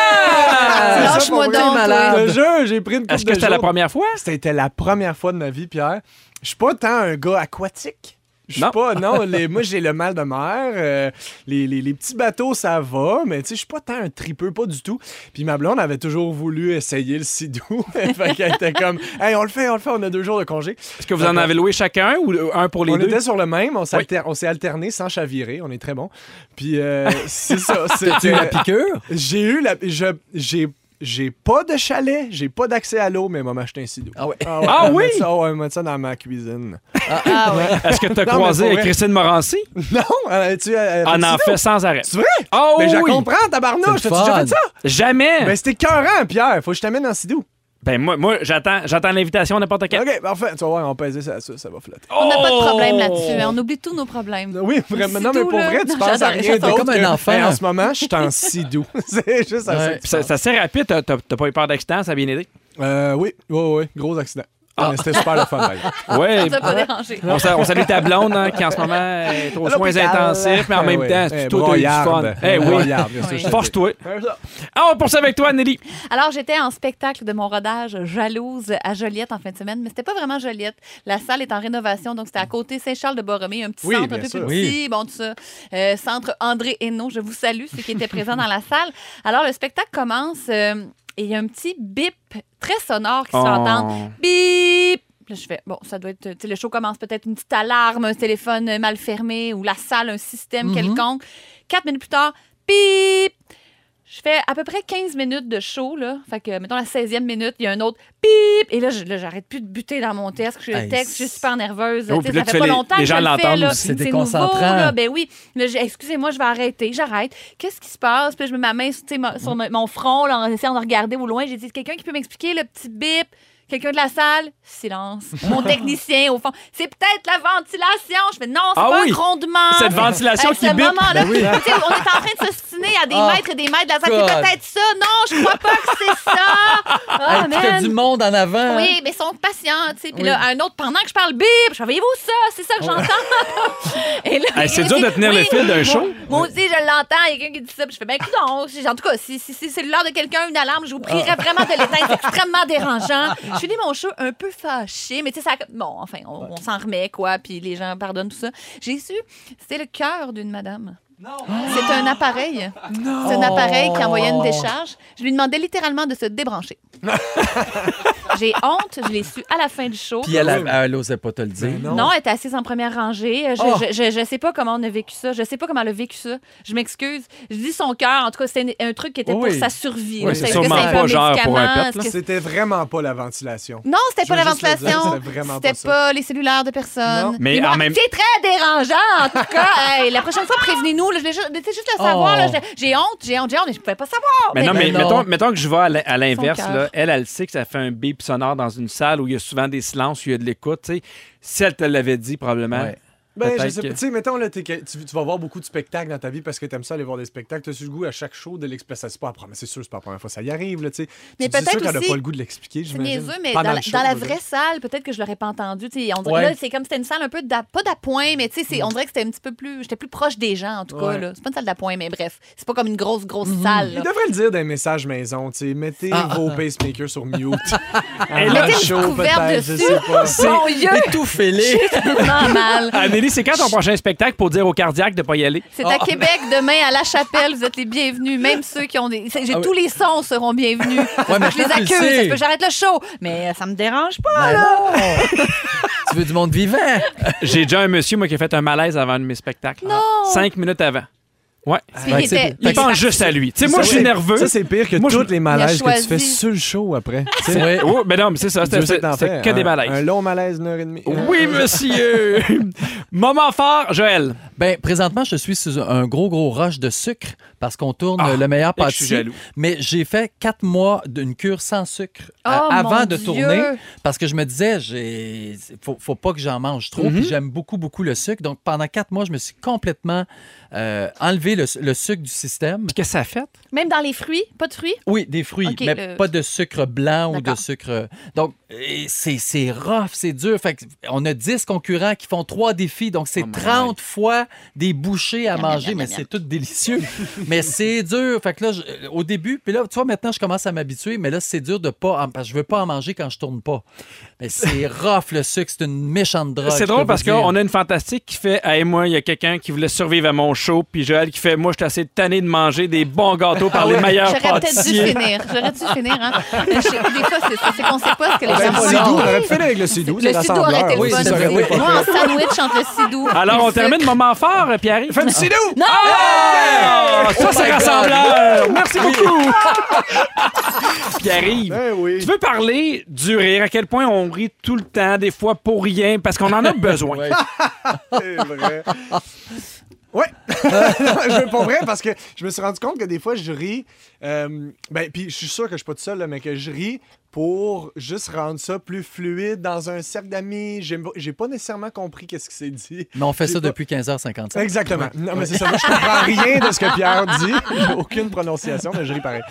yeah!
ça,
Lâche-moi
pour
donc,
vrai,
toi.
malade.
Le jeu, j'ai pris une coupe
Est-ce que
de
c'était la
jours.
première fois?
C'était la première fois de ma vie, Pierre. Je suis pas tant un gars aquatique. Je suis
Non.
pas, non, les- moi j'ai le mal de mer. euh, les, les- les petits bateaux, ça va, mais tu sais, je suis pas tant un tripeux, pas du tout. Puis ma blonde avait toujours voulu essayer le sidou. fait qu'elle était comme, hey, on le fait, on le fait, on a deux jours de congé.
Est-ce que vous en avez loué chacun ou euh, un pour les
on
deux?
était sur le même, on s'alter- on s'est alterné sans chavirer, on est très bon. Puis euh, c'est ça. c'était-
Piqûre?
J'ai eu la. je- J'ai. J'ai pas de chalet, j'ai pas d'accès à l'eau, mais m'a acheté un sidou.
Ah ouais.
ouais,
Ah
on va
oui?
mettre ça- on va mettre ça dans ma cuisine.
Ah, ouais.
Est-ce que t'as
Non, mais pour
croisé
vrai.
Christine Morancy?
Non, euh, tu euh,
On en
sidou?
fait sans arrêt.
C'est vrai?
Ah
mais je
oui!
comprends, tabarnouche,
C'est
t'as
le
déjà
fun.
fait ça? Ben,
Jamais!
Mais c'était cœurant, Pierre, faut que je t'amène en sidou.
Ben, moi, moi j'attends, j'attends l'invitation n'importe quand.
OK, parfait. Tu vas voir, on peut peser ça à ça, ça va flotter.
On n'a pas de
Oh!
problème là-dessus. hein. On oublie tous nos problèmes.
Oui,
C'est
vraiment. Non, mais
tout,
pour
là.
vrai, tu
Non,
penses à
j'adore,
rien
j'adore.
d'autre.
Comme un
que,
enfant.
Hey, en ce moment, je suis en sidou. C'est juste assez.
Ouais.
Puis ça, c'est assez rapide, t'as, t'as- t'as pas eu peur d'accident, ça a bien aidé.
Euh, oui, oui, oui, gros accident. Ah, mais C'était super le fun, d'ailleurs.
Oui.
Ah,
Ah.
Ça va pas déranger.
On, sa- on salue ta blonde hein, qui en ce moment est aux soins
l'hôpital.
intensifs, mais en
Eh
même
oui.
temps, c'est
Eh,
tout a eu du fun.
broyarde.
Eh oui,
Broyarde, c'est ça,
Oui.
je te dis.
force-toi. Ah, on poursuit avec toi, Nelly.
Alors, j'étais en spectacle de mon rodage Jalouse à Joliette en fin de semaine, mais c'était pas vraiment Joliette. La salle est en rénovation, donc c'était à côté Saint-Charles-de-Borromée, un petit
Oui,
centre un
bien
peu
sûr.
plus petit, bon, tout ça. Euh, centre André Hainaut, je vous salue, ceux qui étaient présents dans la salle. Alors, le spectacle commence euh, et il y a un petit bip très sonore
Oh.
qui s'entend. Bip! Là, je fais, bon, ça doit être. Tu sais, le show commence peut-être une petite alarme, un téléphone euh, mal fermé ou la salle, un système
Mhm.
quelconque. Quatre minutes plus tard, bip! Je fais à peu près 15 minutes de show, là. Fait que, mettons, la 16e minute, il y a un autre bip! Et là, je- là, j'arrête plus de buter dans mon texte. Je,
Hey,
le texte, je suis super nerveuse.
Oh,
Tu sais,
puis
ça
là, tu
fait
fais
pas
les-
longtemps
les
que
gens
je le fais,
l'entendent
là.
aussi.
C'est
nouveau,
déconcentrant.
là. Ben oui. Là, j'ai- Excusez-moi, je vais arrêter. J'arrête. Qu'est-ce qui se passe? Puis là, je mets ma main sur, tu sais, mon- sur mon- mon front, là, en essayant de regarder au loin. J'ai dit, quelqu'un qui peut m'expliquer le petit bip? Quelqu'un de la salle? Silence. Mon technicien, au fond. C'est peut-être la ventilation. Je fais, non, c'est
Ah
pas
oui.
un grondement.
Cette ventilation
À
qui
ce
bip. Ben Ah,
moment-là, tu sais, on est en train de s'ostiner à des
Oh,
mètres et des mètres de la salle.
God.
C'est peut-être ça. Non, je crois pas que c'est ça.
Hey,
Oh,
puis t'as
man.
du monde en
Euh.
avant.
Oui, mais ils sont patients, tu sais. Puis là, un autre, pendant que je parle bip, je fais, voyez-vous ça? C'est ça que j'entends. Et là,
Hey, c'est
il
dur
dit,
de tenir le fil d'un
moi-
show.
Moi aussi, je l'entends. Il y a quelqu'un qui dit ça. Puis je fais, ben, écoute, en tout cas, si, si, si c'est l'heure de quelqu'un, une alarme, je vous prierai
Ah.
vraiment de l'éteindre. C'est extrêmement dérangeant. Je finis mon show un peu fâché, mais tu sais, ça. Bon, enfin, on, on s'en remet, quoi. Puis les gens pardonnent tout ça. J'ai su, c'était le cœur d'une madame. C'est
Ah.
un appareil. C'est un appareil qui envoyait une décharge. Je lui demandais littéralement de se débrancher. J'ai honte, je l'ai su à la fin du show.
Puis elle, elle, elle osait pas te le dire.
Non, elle était assise en première rangée. Je,
Oh.
je, je- je sais pas comment on a vécu ça. Je sais pas comment elle a vécu ça. Je m'excuse. Je dis son cœur. En tout cas, c'était un, un truc qui était
Oui.
pour sa survie.
Oui,
là.
c'est
Est-ce que
sûrement
un
pas
bon
genre pour un
médicament?
pet, là.
Est-ce que-
C'était vraiment pas la ventilation.
Non, c'était
Je veux
pas la
juste le dire,
ventilation.
c'était vraiment pas
C'était
ça.
pas les cellulaires de personne.
Mais
Puis
en
moi,
même-
C'est très dérangeant, en tout cas. Hey, la prochaine fois, prévenez-nous. là. Je voulais juste, tu sais, juste le savoir.
Oh.
là. J'ai- J'ai honte, j'ai honte, j'ai honte, mais je pouvais pas savoir.
Mais non,
Mais
mais
non.
Mettons, mettons que je vais à l'in- à l'inverse.
cœur.
là. Elle, elle sait que ça fait un bip sonore dans une salle où il y a souvent des silences, où il y a de l'écoute. tu sais. Si elle te l'avait dit, probablement.
Ouais.
Ben, je
Peut-être
sais
que-
pas. Tu sais, mettons, là, t'es que- tu, tu vas voir beaucoup de spectacles dans ta vie parce que t'aimes ça aller voir des spectacles. T'as su le goût à chaque show de l'expliquer. Ça, C'est pas la première, c'est sûr, c'est pas la première fois. Ça y arrive, là, tu sais.
Mais
Tu te dis
peut-être
sûr qu'elle a
aussi-
pas le goût de l'expliquer,
C'est
j'imagine.
niaiseux, mais dans,
Pendant
la-
le show,
dans la
je veux
vraie salle, peut-être que je l'aurais pas entendu. Tu sais, On dirait,
Ouais. Mm.
Là, c'est comme c'était une salle un peu d'a- pas d'appoint, mais tu sais, c'est- on dirait que c'était un petit peu plus. J'étais plus proche des gens, en tout cas.
Ouais.
là. C'est pas une salle d'appoint, mais bref. C'est pas comme une grosse, grosse
Mm-hmm.
salle. là.
Il devrait le dire dans les messages maison, tu sais. Mettez
Ah,
vos pacemakers sur
Et
mute. Et
là,
le
Mettez une couverte
je
dessus.
sais pas.
Mon Dieu,
Étouffez-les.
c'est tellement mal.
Amélie, Ah, c'est quand ton prochain spectacle pour dire au cardiaque de pas y aller?
C'est à
Oh.
Québec demain à La Chapelle. Vous êtes les bienvenus, même ceux qui ont des. c'est- j'ai-
Ah oui.
Tous les sons seront bienvenus. Ça se peut
mais
que je les
toi, tu le
accuse. ça
sais.
se peut que J'arrête le show, mais euh, ça me dérange pas.
Ben non. tu veux du monde vivant?
J'ai déjà un monsieur, moi, qui a fait un malaise avant un de mes spectacles.
Non.
Cinq minutes avant. Ouais.
Puis ben,
Fait
il
que c'est-
était-
fait
Il
il
pense
parti.
juste à lui. Tu sais, moi,
Ça,
je suis
c'est-
nerveux.
Ça, c'est pire que
Moi, je-
tous les malaises que
choisi.
tu fais sur le show après. Tu sais,
Ouais.
Oh, mais non, mais c'est ça.
Dieu
C'est
sait
c'est-
t'en
c'est
fais
que des
hein.
un- Un
malaises.
long malaise d'une heure et demie.
Oui, monsieur. Moment fort, Joël.
Ben, présentement, je suis sous un gros, gros rush de sucre parce qu'on tourne
Ah,
le meilleur
et que je
pâtissier.
suis jaloux.
Mais j'ai fait quatre mois d'une cure sans sucre euh,
Oh, mon
avant de
Dieu.
tourner parce que je me disais, j'ai faut, faut pas que j'en mange
Mhm.
trop. Puis j'aime beaucoup, beaucoup le sucre. Donc pendant quatre mois, je me suis complètement euh, enlevé le, le sucre du système.
Puis qu'est-ce que ça a fait?
Même dans les fruits, pas de fruits.
Oui, des fruits,
Ok,
mais
le-
pas de sucre blanc ou de
D'accord.
sucre. Donc, euh, c'est c'est rough, c'est dur. Fait que on a 10 concurrents qui font trois défis, donc
Oh
c'est 30 fois des bouchées à
Miam,
manger,
miam,
mais
miam,
c'est
miam.
tout délicieux. mais c'est dur. Fait que là, je- euh, au début, puis là, tu vois, maintenant, je commence à m'habituer, mais là, c'est dur de pas. en- Parce que je veux pas en manger quand je tourne pas. Mais c'est rough, le sucre, c'est une méchante drogue. je
C'est
peux
drôle
vous
parce
dire.
qu'on a une fantastique qui fait Hey, moi, il y a quelqu'un qui voulait survivre à mon show. Puis Joël qui fait Moi, je suis assez tanné de manger des bons gâteaux par les meilleurs
J'aurais peut-être dû
pâtissiers.
finir. J'aurais dû finir, hein. Mais je- des fois, c'est ça. C'est qu'on sait pas ce que les
Ben,
gens
le
font.
sidou, on aurait pu finir avec le sidou.
Le sidou aurait été le
Oui,
fun.
ça aurait été
Moi, en sandwich entre le sidou.
Alors, on termine
mon.
moment fort, Pierre.
Fais le sidou!
Non!
Ah! Ça,
Oh my
c'est
God.
rassembleur! Merci beaucoup! Pierre-Yves,
Ben oui.
tu veux parler du rire, à quel point on rit tout le temps, des fois pour rien, parce qu'on en a besoin.
C'est vrai. Ouais. Non, je veux pas vrai parce que je me suis rendu compte que des fois je ris. euh, ben, puis je suis sûr que je suis pas tout seul, là, mais que je ris pour juste rendre ça plus fluide dans un cercle d'amis. J'ai j'ai pas nécessairement compris qu'est-ce qui s'est dit.
Mais on fait
J'ai
ça
pas-
depuis 15h55.
Exactement. Non, mais c'est ça. Moi, je comprends rien de ce que Pierre dit. J'ai aucune prononciation, mais je ris pareil.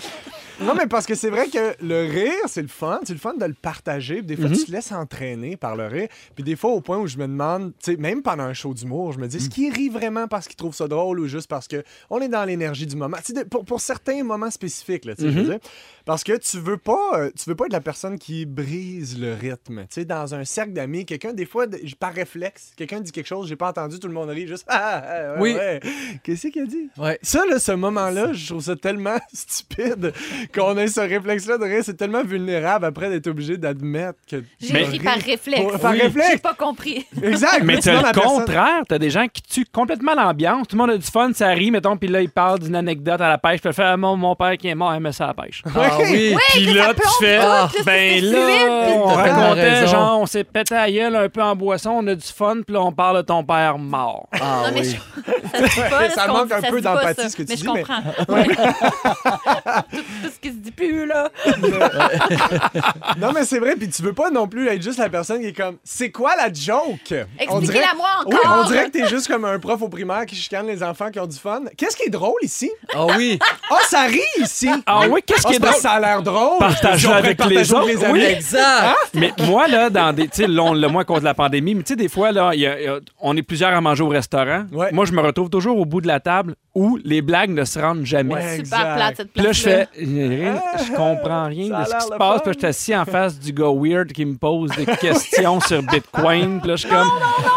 Non, mais parce que c'est vrai que le rire, c'est le fun. C'est le fun de le partager. Puis Des fois, tu te laisses entraîner par le rire. Puis des fois, au point où je me demande, tu sais, même pendant un show d'humour, je me dis, est-ce qu'il rit vraiment parce qu'il trouve ça drôle ou juste parce que on est dans l'énergie du moment? Tu sais, de- pour, pour certains moments spécifiques, là, tu sais, je veux dire. Parce que tu veux pas, euh, tu veux pas être la personne qui brise le rythme. Tu sais, dans un cercle d'amis, quelqu'un, des fois, de- par réflexe, quelqu'un dit quelque chose, j'ai pas entendu, tout le monde rit, juste, ah, ah, ouais,
Oui.
ouais. Qu'est-ce qu'il a dit?
Ouais.
Ça, là, ce moment-là, je trouve ça tellement stupide qu'on ait ce réflexe-là de rire. C'est tellement vulnérable après d'être obligé d'admettre que. tu
J'ai
ris.
écrit par réflexe.
Oh, par réflexe.
J'ai pas compris.
Exact.
Mais
sinon,
t'as
la
le
personne-
contraire, t'as des gens qui tuent complètement l'ambiance. Tout le monde a du fun, ça rit, mettons, puis là, ils parlent d'une anecdote à la pêche. Puis faire Ah, mon, mon père qui est mort, aimait ça à la pêche.
Ah oui.
Puis
que ça
là, tu
plombe
fais,
tout,
ah,
là,
ben
c'est
là,
fluide,
on
puis- T'as tellement
racontait,
raison.
genre, on s'est pété à gueule un peu en boisson, on a du fun, puis là, on parle de ton père mort.
Ah
non, mais
oui.
je- ça, se dit pas, là,
Ouais, Bah ça
ce qu'on
manque
dit,
un
se
peu
dit pas,
d'empathie,
ça.
ce que tu
mais
dis,
je
mais-
comprends. tout, tout ce qui se dit plus, là.
Non, mais c'est vrai, puis tu veux pas non plus être juste la personne qui est comme C'est quoi la joke
Expliquez-la moi encore.
Oui, on dirait que t'es juste comme un prof au primaire qui chicane les enfants qui ont du fun. Qu'est-ce qui est drôle ici
Ah oui.
Ah, ça rit ici
Ah oui, qu'est-ce
Ah,
qui
c'est
est
parce
drôle?
que Ça a l'air drôle.
Partager
Ils ont fait
avec
partager
les autres.
amis.
Oui.
Exact.
Mais moi, là, dans des. Tu sais, là, on l'a moins contre la pandémie, mais tu sais, des fois, là, il y a- il y a- on est plusieurs à manger au restaurant.
Ouais.
Moi, je me retrouve toujours au bout de la table où les blagues ne se rendent jamais.
Ouais.
Super
Exact.
plate, cette
Puis
place
là, je fais, j'ai rien- je comprends rien
Ça a
de ce
l'air
qui se
le
passe.
fun.
Puis là, je suis assis en face du gars weird qui me pose des questions sur Bitcoin. Puis là, je suis comme,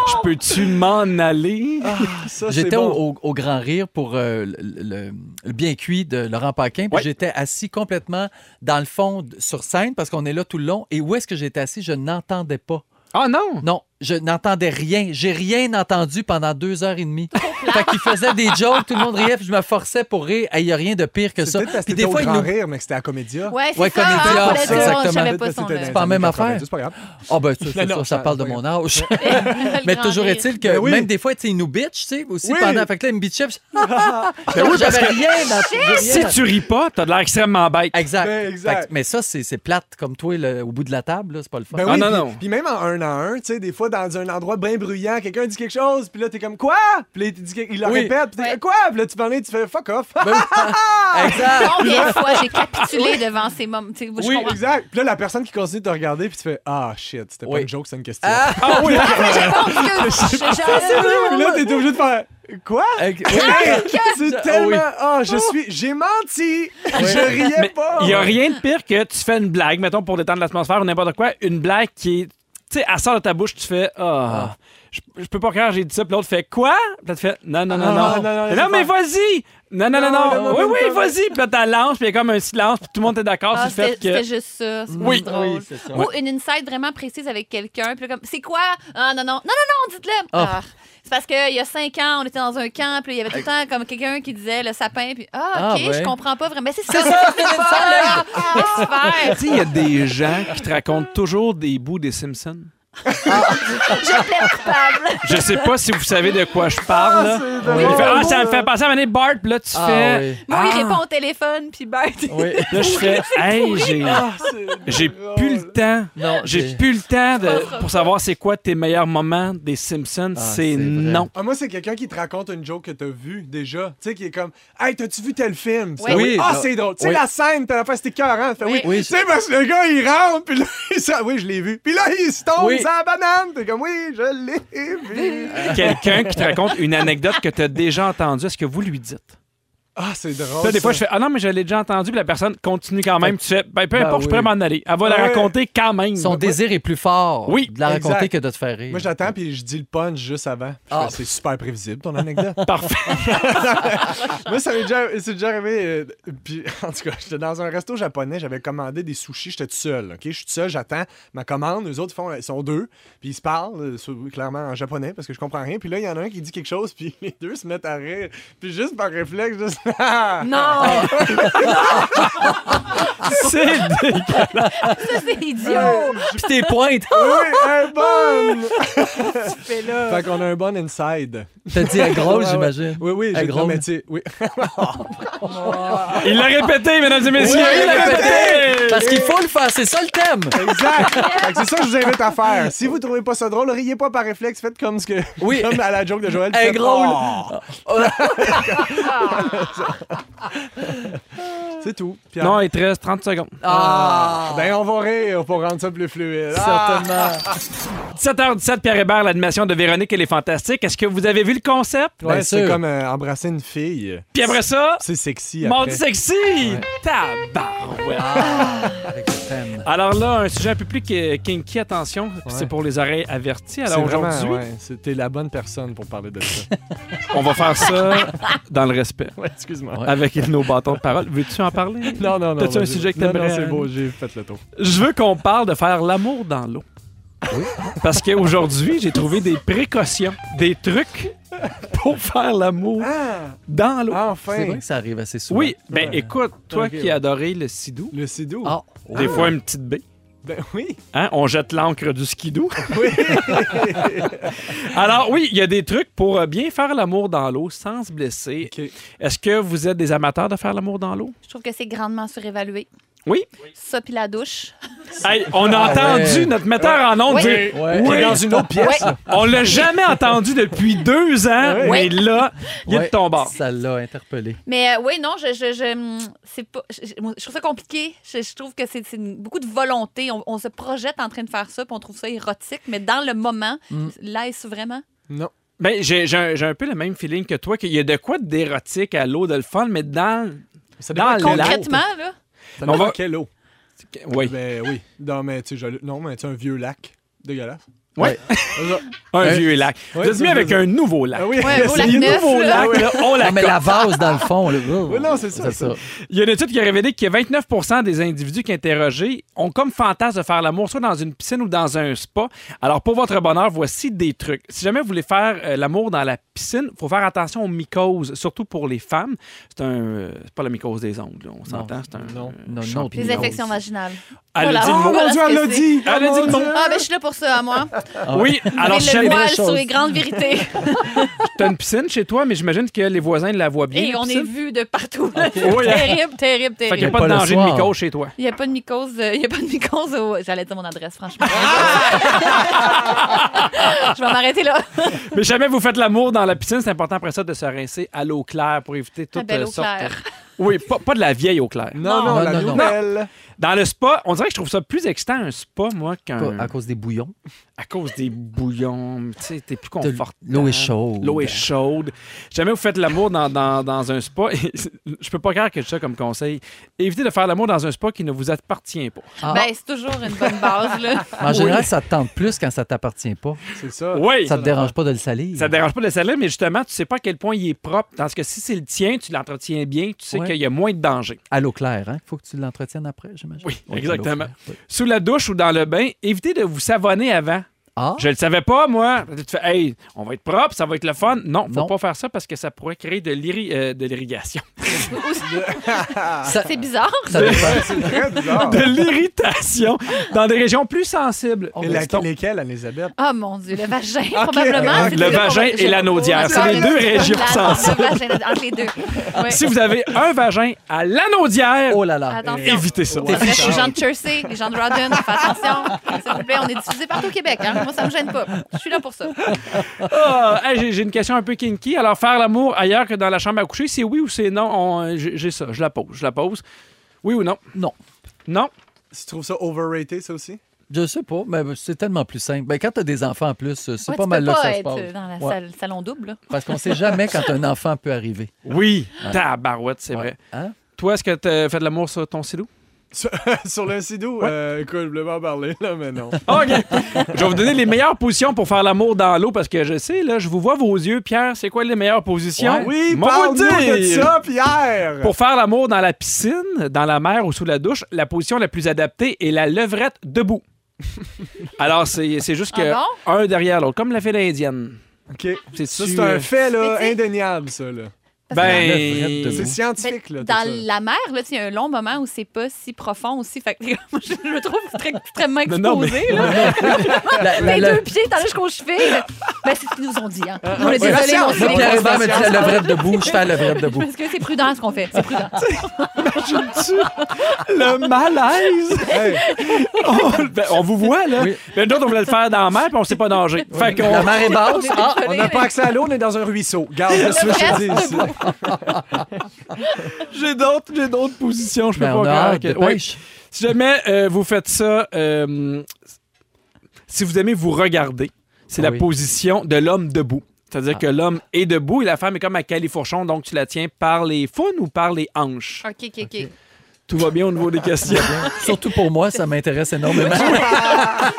je peux-tu m'en aller?
Ah. Ça, c'est
J'étais
bon.
au, au- au Grand Rire pour euh, le, le- le bien cuit de Laurent Paquin, puis
Ouais.
j'étais assis complètement dans le fond de- sur scène parce qu'on est là tout le long. Et où est-ce que j'étais assis? Je n'entendais pas.
Ah non!
Non, je n'entendais rien. J'ai rien entendu pendant deux heures et demie. fait qu'il faisait des jokes, tout le monde riait, puis je me forçais pour rire. Il n'y a rien de pire que
C'est
ça.
peut-être parce que
Puis des
t'étais au
fois, il
grand
nous...
rire, mais que c'était à Comédia.
Ouais, c'est
Ouais,
ça.
comédien,
ah, on voulait
c'est
dire,
exactement.
Je savais
Peut-être
pas son
c'était dans les
nom.
pas la
années
même
90,
affaire.
c'est pas grave.
Ah ben, ça,
Non,
ça,
non,
ça, ça
ça-
parle de
voyons.
mon âge.
Le
Mais
grand
toujours
rire.
est-il que
Ben oui.
même des fois, tu sais, ils nous bitch, tu sais, aussi
Oui. Ben
pendant. Fait que là, ils me bitchaient. puis- J'avais rien dans
Si tu ris pas, t'as de l'air extrêmement bête.
Exact.
Ben, exact.
Fait que- mais ça, c'est c'est plate, comme toi, le- au bout de la table, là, c'est pas le fun.
Ben
Ah,
oui,
non,
puis-
non.
Puis même en un à un, tu sais, des fois, dans un endroit bien bruyant, quelqu'un dit quelque chose, puis là, t'es comme « Quoi? » Puis là, il, te dit quelque- il le
Oui.
répète, puis t'es
Ouais.
Quoi? » Puis là, tu parles, tu fais « Fuck off!
Ben
Ah!
oui. exact.
Combien de fois j'ai capitulé devant ces moments? tu sais, je
Oui,
comprends.
exact. Puis là, la personne qui continue de te regarder, puis tu fais « Ah, shit, c'était pas
Oui.
une joke, c'est une question.
Ah!
Ah oui!
Excuse, euh, je-
Puis Ah, là, t'es obligé de faire « Quoi?
Ex- »
C'est
Ah,
tellement...
oui.
Ah, je suis... J'ai menti! Je riais
Mais
pas!
il n'y a rien de pire que tu fais une blague, mettons, pour détendre l'atmosphère ou n'importe quoi, une blague qui est. Tu sais, elle sort de ta bouche, tu fais Ah, je, je peux pas croire, j'ai dit ça. Puis l'autre fait Quoi Puis là, tu fais Non, non, non,
Ah,
non.
non, non, non,
Non,
laisse
mais
faire.
vas-y Non, non, non,
Non,
non.
non,
Oui,
non,
oui,
non,
vas-y. Puis là, t'as lance, puis il y a comme un silence, puis tout le monde est d'accord
Ah,
sur
c'était
le
c'était
fait que.
juste ça. C'est
Oui.
plus drôle.
Oui, c'est ça.
Ou une insight vraiment précise avec quelqu'un. Puis là, comme, c'est quoi? Ah, non, non. Non, non, non, dites-le. Ah. C'est parce qu'il y a cinq ans, on était dans un camp, puis là, il y avait tout le temps comme quelqu'un qui disait le sapin, puis ah,
Ah,
OK, je
ouais.
comprends pas vraiment. Mais c'est ça, c'est pas là. Ah, Laisse faire.
Tu sais, il y a des gens qui te racontent toujours des bouts des Simpsons.
Je plaide coupable.
Je sais pas si vous savez de quoi je parle. là.
drôle.
Il fait, ah, ça me fait penser à Mané Bart, puis là, tu
Ah,
fais.
oui.
Moi,
Ah.
il répond au téléphone, puis ben, tu-
Oui.
Là, je fais, hey, j'ai.
Ah,
J'ai plus le temps.
Non,
J'ai plus le temps de, pour savoir c'est quoi tes meilleurs moments des Simpsons.
Ah,
c'est
c'est vrai.
non.
Ah, moi, c'est quelqu'un qui te raconte une joke que t'as vue déjà. Tu sais, qui est comme Hey, t'as-tu vu tel film? C'est
Oui.
comme,
Oui.
Ah,
Ah,
c'est drôle. Tu sais,
oui.
la scène, t'as la face, c'était cœur, hein? Fait, oui.
Oui.
Oui.
Tu sais, parce que le gars, il rentre, puis là, il sort. Oui, je l'ai vu. Puis là, il se tombe
Oui.
sur la banane. T'es comme, oui, je l'ai vu.
Quelqu'un qui te raconte une anecdote que tu as déjà entendue, est-ce que vous lui dites?
Ah, c'est
Oh,
drôle.
Là, des fois, je
ça.
fais Ah non, mais je l'ai déjà entendu, puis la personne continue quand même. Tu fais ben, Peu
Ben
importe, je
oui.
pourrais m'en aller. Elle va la
Ouais.
raconter quand même.
Son désir est plus fort
Oui,
de la
exact.
raconter que de te faire rire.
Moi, j'attends, puis je dis le punch juste avant. Je
Ah.
fais, C'est super prévisible, ton anecdote.
Parfait.
Moi, ça m'est déjà, c'est déjà arrivé. euh, puis, en tout cas, j'étais dans un resto japonais, j'avais commandé des sushis, j'étais tout seul. OK? Je suis tout seul, j'attends ma commande. Eux autres, ils font, ils sont deux, puis ils se parlent, euh, sur- clairement en japonais, parce que je comprends rien. Puis là, il y en a un qui dit quelque chose, puis les deux se mettent à rire. Puis juste Ah! par réflexe, juste,
Non!
C'est dé-
Ça, c'est idiot!
Puis tes pointes.
Oui, un bon! fait qu'on a un bon inside.
T'as dit à
Ouais,
grosse,
ouais.
j'imagine.
Oui, oui,
Un
j'ai
gros.
gros métier. Oui.
Il l'a répété, mesdames et messieurs.
Oui,
il l'a répété.
Parce qu'il faut le faire, c'est ça le thème.
exact. Fait que c'est ça que je vous invite à faire. Si vous trouvez pas ça drôle, riez pas par réflexe, faites comme ce que
Oui.
comme à la joke de Joël.
Un
Faites,
gros.
Oh. c'est tout. Pierre.
Non, il te reste 30 secondes.
Ah,
Ben on va rire pour rendre ça plus fluide. Ah.
certainement.
17h17, Pierre Hébert, l'animation de Véronique, elle est fantastique. Est-ce que vous avez vu le concept?
Ouais,
Bien
c'est
sûr.
comme euh, embrasser une fille.
Puis après ça,
C'est sexy après. Ah!
Mardi sexy! Tabarouette!
Avec le thème.
Alors là, un sujet un peu plus ki- kinky, attention, puis c'est pour les oreilles averties.
C'est
Alors
vraiment,
aujourd'hui,
ouais, c'est- t'es la bonne personne pour parler de ça.
on va faire ça dans le respect,
Ouais, excuse-moi.
Ouais.
avec nos bâtons de parole. Veux-tu en parler?
Non, non, non.
T'as-tu un
vas-y.
sujet que
Non,
t'aimerais, euh,
Non, c'est
Anne?
beau, j'ai fait le tour.
Je veux qu'on parle de faire l'amour dans l'eau. Parce qu'aujourd'hui, j'ai trouvé des précautions, des trucs pour faire l'amour dans l'eau.
C'est vrai
Enfin,
que ça arrive assez souvent.
Oui, ben
Ah. Ouais.
écoute, toi
Ok,
qui
ouais. Oh.
adorais le sidou,
le sidou.
Ah.
des fois une petite baie.
Ben oui.
Hein, on jette l'encre du skidou.
Oui.
Alors oui, il y a des trucs pour euh, bien faire l'amour dans l'eau sans se blesser.
OK.
Est-ce que vous êtes des amateurs de faire l'amour dans l'eau?
Je trouve que c'est grandement surévalué.
Oui.
Ça, puis la douche.
Hey, on a entendu
ouais.
notre metteur en ondes
Oui.
dire...
Ouais.
T'es dans une autre pièce. là.
On l'a jamais entendu depuis deux ans, mais
Ouais.
là, il est
Ouais,
de ton bord.
Ça l'a interpellé.
Mais euh, oui, non, je, je, je- hum, c'est pas, je, je- moi, je trouve ça compliqué. Je, je trouve que c'est c'est une- beaucoup de volonté. On, on se projette en train de faire ça, puis on trouve ça érotique. Mais dans le moment, là, est vraiment?
Non.
Ben, j'ai j'ai un, j'ai un peu le même feeling que toi, qu'il y a de quoi d'érotique à l'eau, de le fun, mais dans...
Ça
Dans
dépend quelle eau.
Concrètement, là,
Ça
Mais on
dépend
va-
quelle eau.
Oui.
Ben oui. Non, mais tu sais, je- non, mais tu sais, un vieux lac. Dégueulasse.
Ouais. Un
Hein?
vieux lac.
Ouais,
Vous êtes mis
c'est-
avec un nouveau lac.
Ah oui.
Ouais, un beau
c'est-
lac
il est
neuf,
nouveau
là.
lac.
Là, on la
Non, mais la vase, dans le fond. Là.
Oui, non, c'est ça,
C'est
ça.
ça.
Il y a une étude qui a révélé qu'il y a 29 des individus qui interrogés ont comme fantasme de faire l'amour soit dans une piscine ou dans un spa. Alors, pour votre bonheur, voici des trucs. Si jamais vous voulez faire euh, l'amour dans la piscine, faut faire attention aux mycoses, surtout pour les femmes. C'est un... euh, c'est pas la mycose des ongles, là, on s'entend. C'est un...
non,
euh,
non,
champignon.
non,
les
Puis
infections vaginales.
Elle
Voilà.
a dit le
Oh
mot.
mon
Voilà
Dieu,
ce
elle
que
l'a
c'est.
dit.
Elle a
Oh,
dit
mon
le mot.
Dieu.
Ah, ben je suis là pour ça, à moi.
Ah Oui, alors
Alors,
chez
le voile
les
sur les grandes vérités.
t'as une piscine chez toi, mais j'imagine que les voisins la voient bien.
Et
la
on est
piscine.
vu de partout.
Oui.
terrible, terrible, terrible.
Fait qu'il n'y a pas de
Pas le
danger de
soir.
mycose chez toi.
Il n'y a pas de mycose. euh, Il y a pas de mycose au... J'allais dire mon adresse, franchement. je vais m'arrêter là.
Mais jamais vous faites l'amour dans la piscine, c'est important après ça de se rincer à l'eau claire pour éviter
La
toute
belle
euh,
eau
sorte.
claire.
Oui, pas, pas de la vieille eau claire.
Non, non,
Non,
la
non, non.
nouvelle.
Dans le spa, on dirait que je trouve ça plus excitant un spa, moi, qu'un.
À cause des bouillons.
À cause des bouillons, tu sais, t'es plus
De-
confortable.
L'eau est chaude. Ah,
L'eau est chaude. Jamais vous faites l'amour dans, dans- dans un spa. je peux pas croire que ça comme conseil. Évitez de faire l'amour dans un spa qui ne vous appartient pas.
Ah,
Ben, c'est toujours une bonne base, là.
Ah
en général, ça te tente plus quand ça t'appartient pas.
C'est ça.
Oui!
Ça te dérange pas de le salir.
Ça te dérange pas de le salir, mais justement, tu sais pas à quel point il est propre. Parce que si c'est le tien, tu l'entretiens bien, tu sais
Ouais.
qu'il y a moins de danger.
À l'eau claire, hein? Faut que tu l'entretiennes après, j'imagine.
Oui,
à l'eau
exactement.
claire, oui.
Sous la douche ou dans le bain, évitez de vous savonner avant.
Ah,
Je le savais pas, moi. Tu te fais, hey, on va être propre, ça va être le fun. Non, faut
Non.
pas faire ça parce que ça pourrait créer de l'irri- euh, de l'irrigation.
ça,
Ah, C'est bizarre.
ça dépend.
C'est très bizarre.
de l'irritation dans des régions plus sensibles.
Oh,
Et la- lesquelles, Anne-Elisabeth?
Oh mon Dieu, le vagin, probablement.
ok.
c'est
Le
celui-là
vagin
qu'on va-
et la naudière,
Ah,
c'est les
le-
deux régions
la-
sensibles.
Le vagin, la- entre les deux. Ouais.
Si vous avez un vagin à l'anodière,
Oh là là.
Attention.
évitez ça.
Ça reste les gens de Chersey, les gens de Rodden, faites attention. S'il vous plaît, on est diffusé partout au Québec. hein. Moi, ça me gêne pas. Je suis là pour ça.
Ah, hey, j'ai- J'ai une question un peu kinky. Alors, faire l'amour ailleurs que dans la chambre à coucher, c'est oui ou c'est non? On- euh, J'ai j'ai ça, je la pose, je la pose. Oui ou non?
Non.
Non?
Tu trouves ça overrated, ça aussi?
Je sais pas, mais c'est tellement plus simple. Ben, quand t'as des enfants en plus, c'est
Ouais,
pas
tu
mal
peux
là que
pas
ça se
être
passe.
dans la
Ouais.
salle, salon double. là.
Parce qu'on sait jamais quand un enfant peut arriver.
Oui. Tabarouette, c'est vrai.
Hein?
Toi, est-ce que tu fait de l'amour sur ton silou?
Sur le sidou? Euh, écoute, je voulais pas en parler, là, mais non.
OK. je vais vous donner les meilleures positions pour faire l'amour dans l'eau parce que je sais, là, je vous vois vos yeux. Pierre, c'est quoi les meilleures positions?
Oui,
Moi, vous
parle-nous
le
de
dire.
ça, Pierre!
Pour faire l'amour dans la piscine, dans la mer ou sous la douche, la position la plus adaptée est la levrette debout. Alors, c'est c'est juste que
Ah
un derrière l'autre, comme la fille indienne.
OK.
C'est euh,
Ça, c'est un fait,
Mais
là,
tu sais-
indéniable, ça, là.
Parce que
Le Fred
Ben.
de-
C'est scientifique,
Ben,
là. tout
dans
ça.
la mer, là, tu sais, il y a un long moment où c'est pas si profond aussi. Fait que moi, je, je me trouve très- extrêmement
Non,
exposée.
non,
là.
La- la-
Mes
la-
deux pieds, t'as jusqu'aux cheville. Ben, c'est ce qu'ils nous ont dit. Hein. On est
ouais, la
désolés,
science,
on
là,
Moi, Pierre
sait.
Hébert me dit la levrette debout, je fais la levrette debout.
Parce que c'est prudent ce qu'on fait. C'est prudent.
Le malaise!
Hey,
on, ben, on vous voit, là.
Oui.
Ben, nous autres, on voulait le faire dans la mer, puis on sait pas nager. Fait qu'on.
La marée basse, ah,
on n'a pas accès à l'eau, on est dans un ruisseau. Garde le switch
reste
J'ai d'autres, j'ai d'autres positions. Je peux
ben,
pas
on a
croire
hâte,
que- Oui.
dépêche.
Si jamais euh, vous faites ça, euh, si vous aimez vous regarder, c'est
Ah
la
oui.
position de l'homme debout. C'est-à-dire
Ah.
que l'homme est debout et la femme est comme à califourchon, donc tu la tiens par les faunes ou par les hanches.
OK, OK, OK.
Tout va bien au niveau des questions.
Surtout pour moi, ça m'intéresse énormément.
Ah.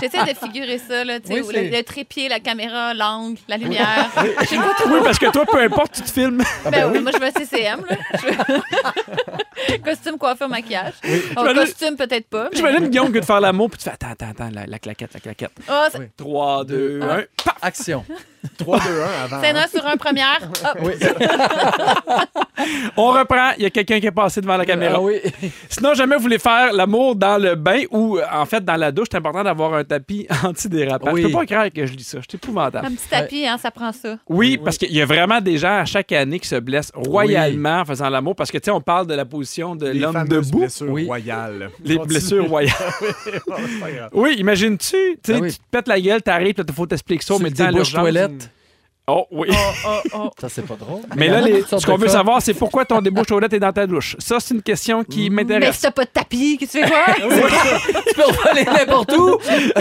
J'essaie de figurer ça, là, tu sais,
Oui,
où
c'est-
le, le trépied, la caméra, l'angle, la lumière. Je sais pas
oui, Ah, parce que toi, peu importe, tu te filmes.
Ben, oui, moi, je veux CCM, là. Je veux- Costume, coiffure, maquillage. Oh,
m'allais-
costume, peut-être pas. mais-
J'imagine Guillaume que de faire l'amour, puis tu fais attends, attends, attends, la, la claquette, la claquette. Hein?
Ah, c'est-
3, 2, 1.
Action.
3, 2, 1 avant.
scène un sur un première. Hop.
On reprend, il y a quelqu'un qui est passé devant la caméra.
Ah oui.
Sinon, jamais vous voulez faire l'amour dans le bain ou euh, en fait dans la douche, c'est important d'avoir un tapis antidérapant.
Oui.
Je peux pas croire que je lis ça, c'est épouvantable.
Un petit tapis, hein, ça prend ça.
Oui, parce qu'il y a vraiment des gens à chaque année qui se blessent royalement en faisant l'amour. Parce que, tu sais, on parle de la position de
Les
l'homme
fameuses
debout.
blessures
Oui.
royales.
Les
Continue.
blessures royales.
Oh, c'est pas grave.
Oui, imagine-tu, tu sais,
Ah oui.
tu te pètes la gueule, t'arrives, il faut t'expliquer ça,
Sur
mais
le débouche toilette.
Oh oui.
Ça, c'est pas drôle.
mais
Il y
là,
en a
les-
toutes sortes
ce qu'on
de
veut
cas.
savoir, c'est pourquoi ton débouche toilette est dans ta douche. Ça, c'est une question qui
Mais
m'intéresse.
si t'as pas de tapis, qu'est-ce que tu fais quoi?
Tu peux voler n'importe où.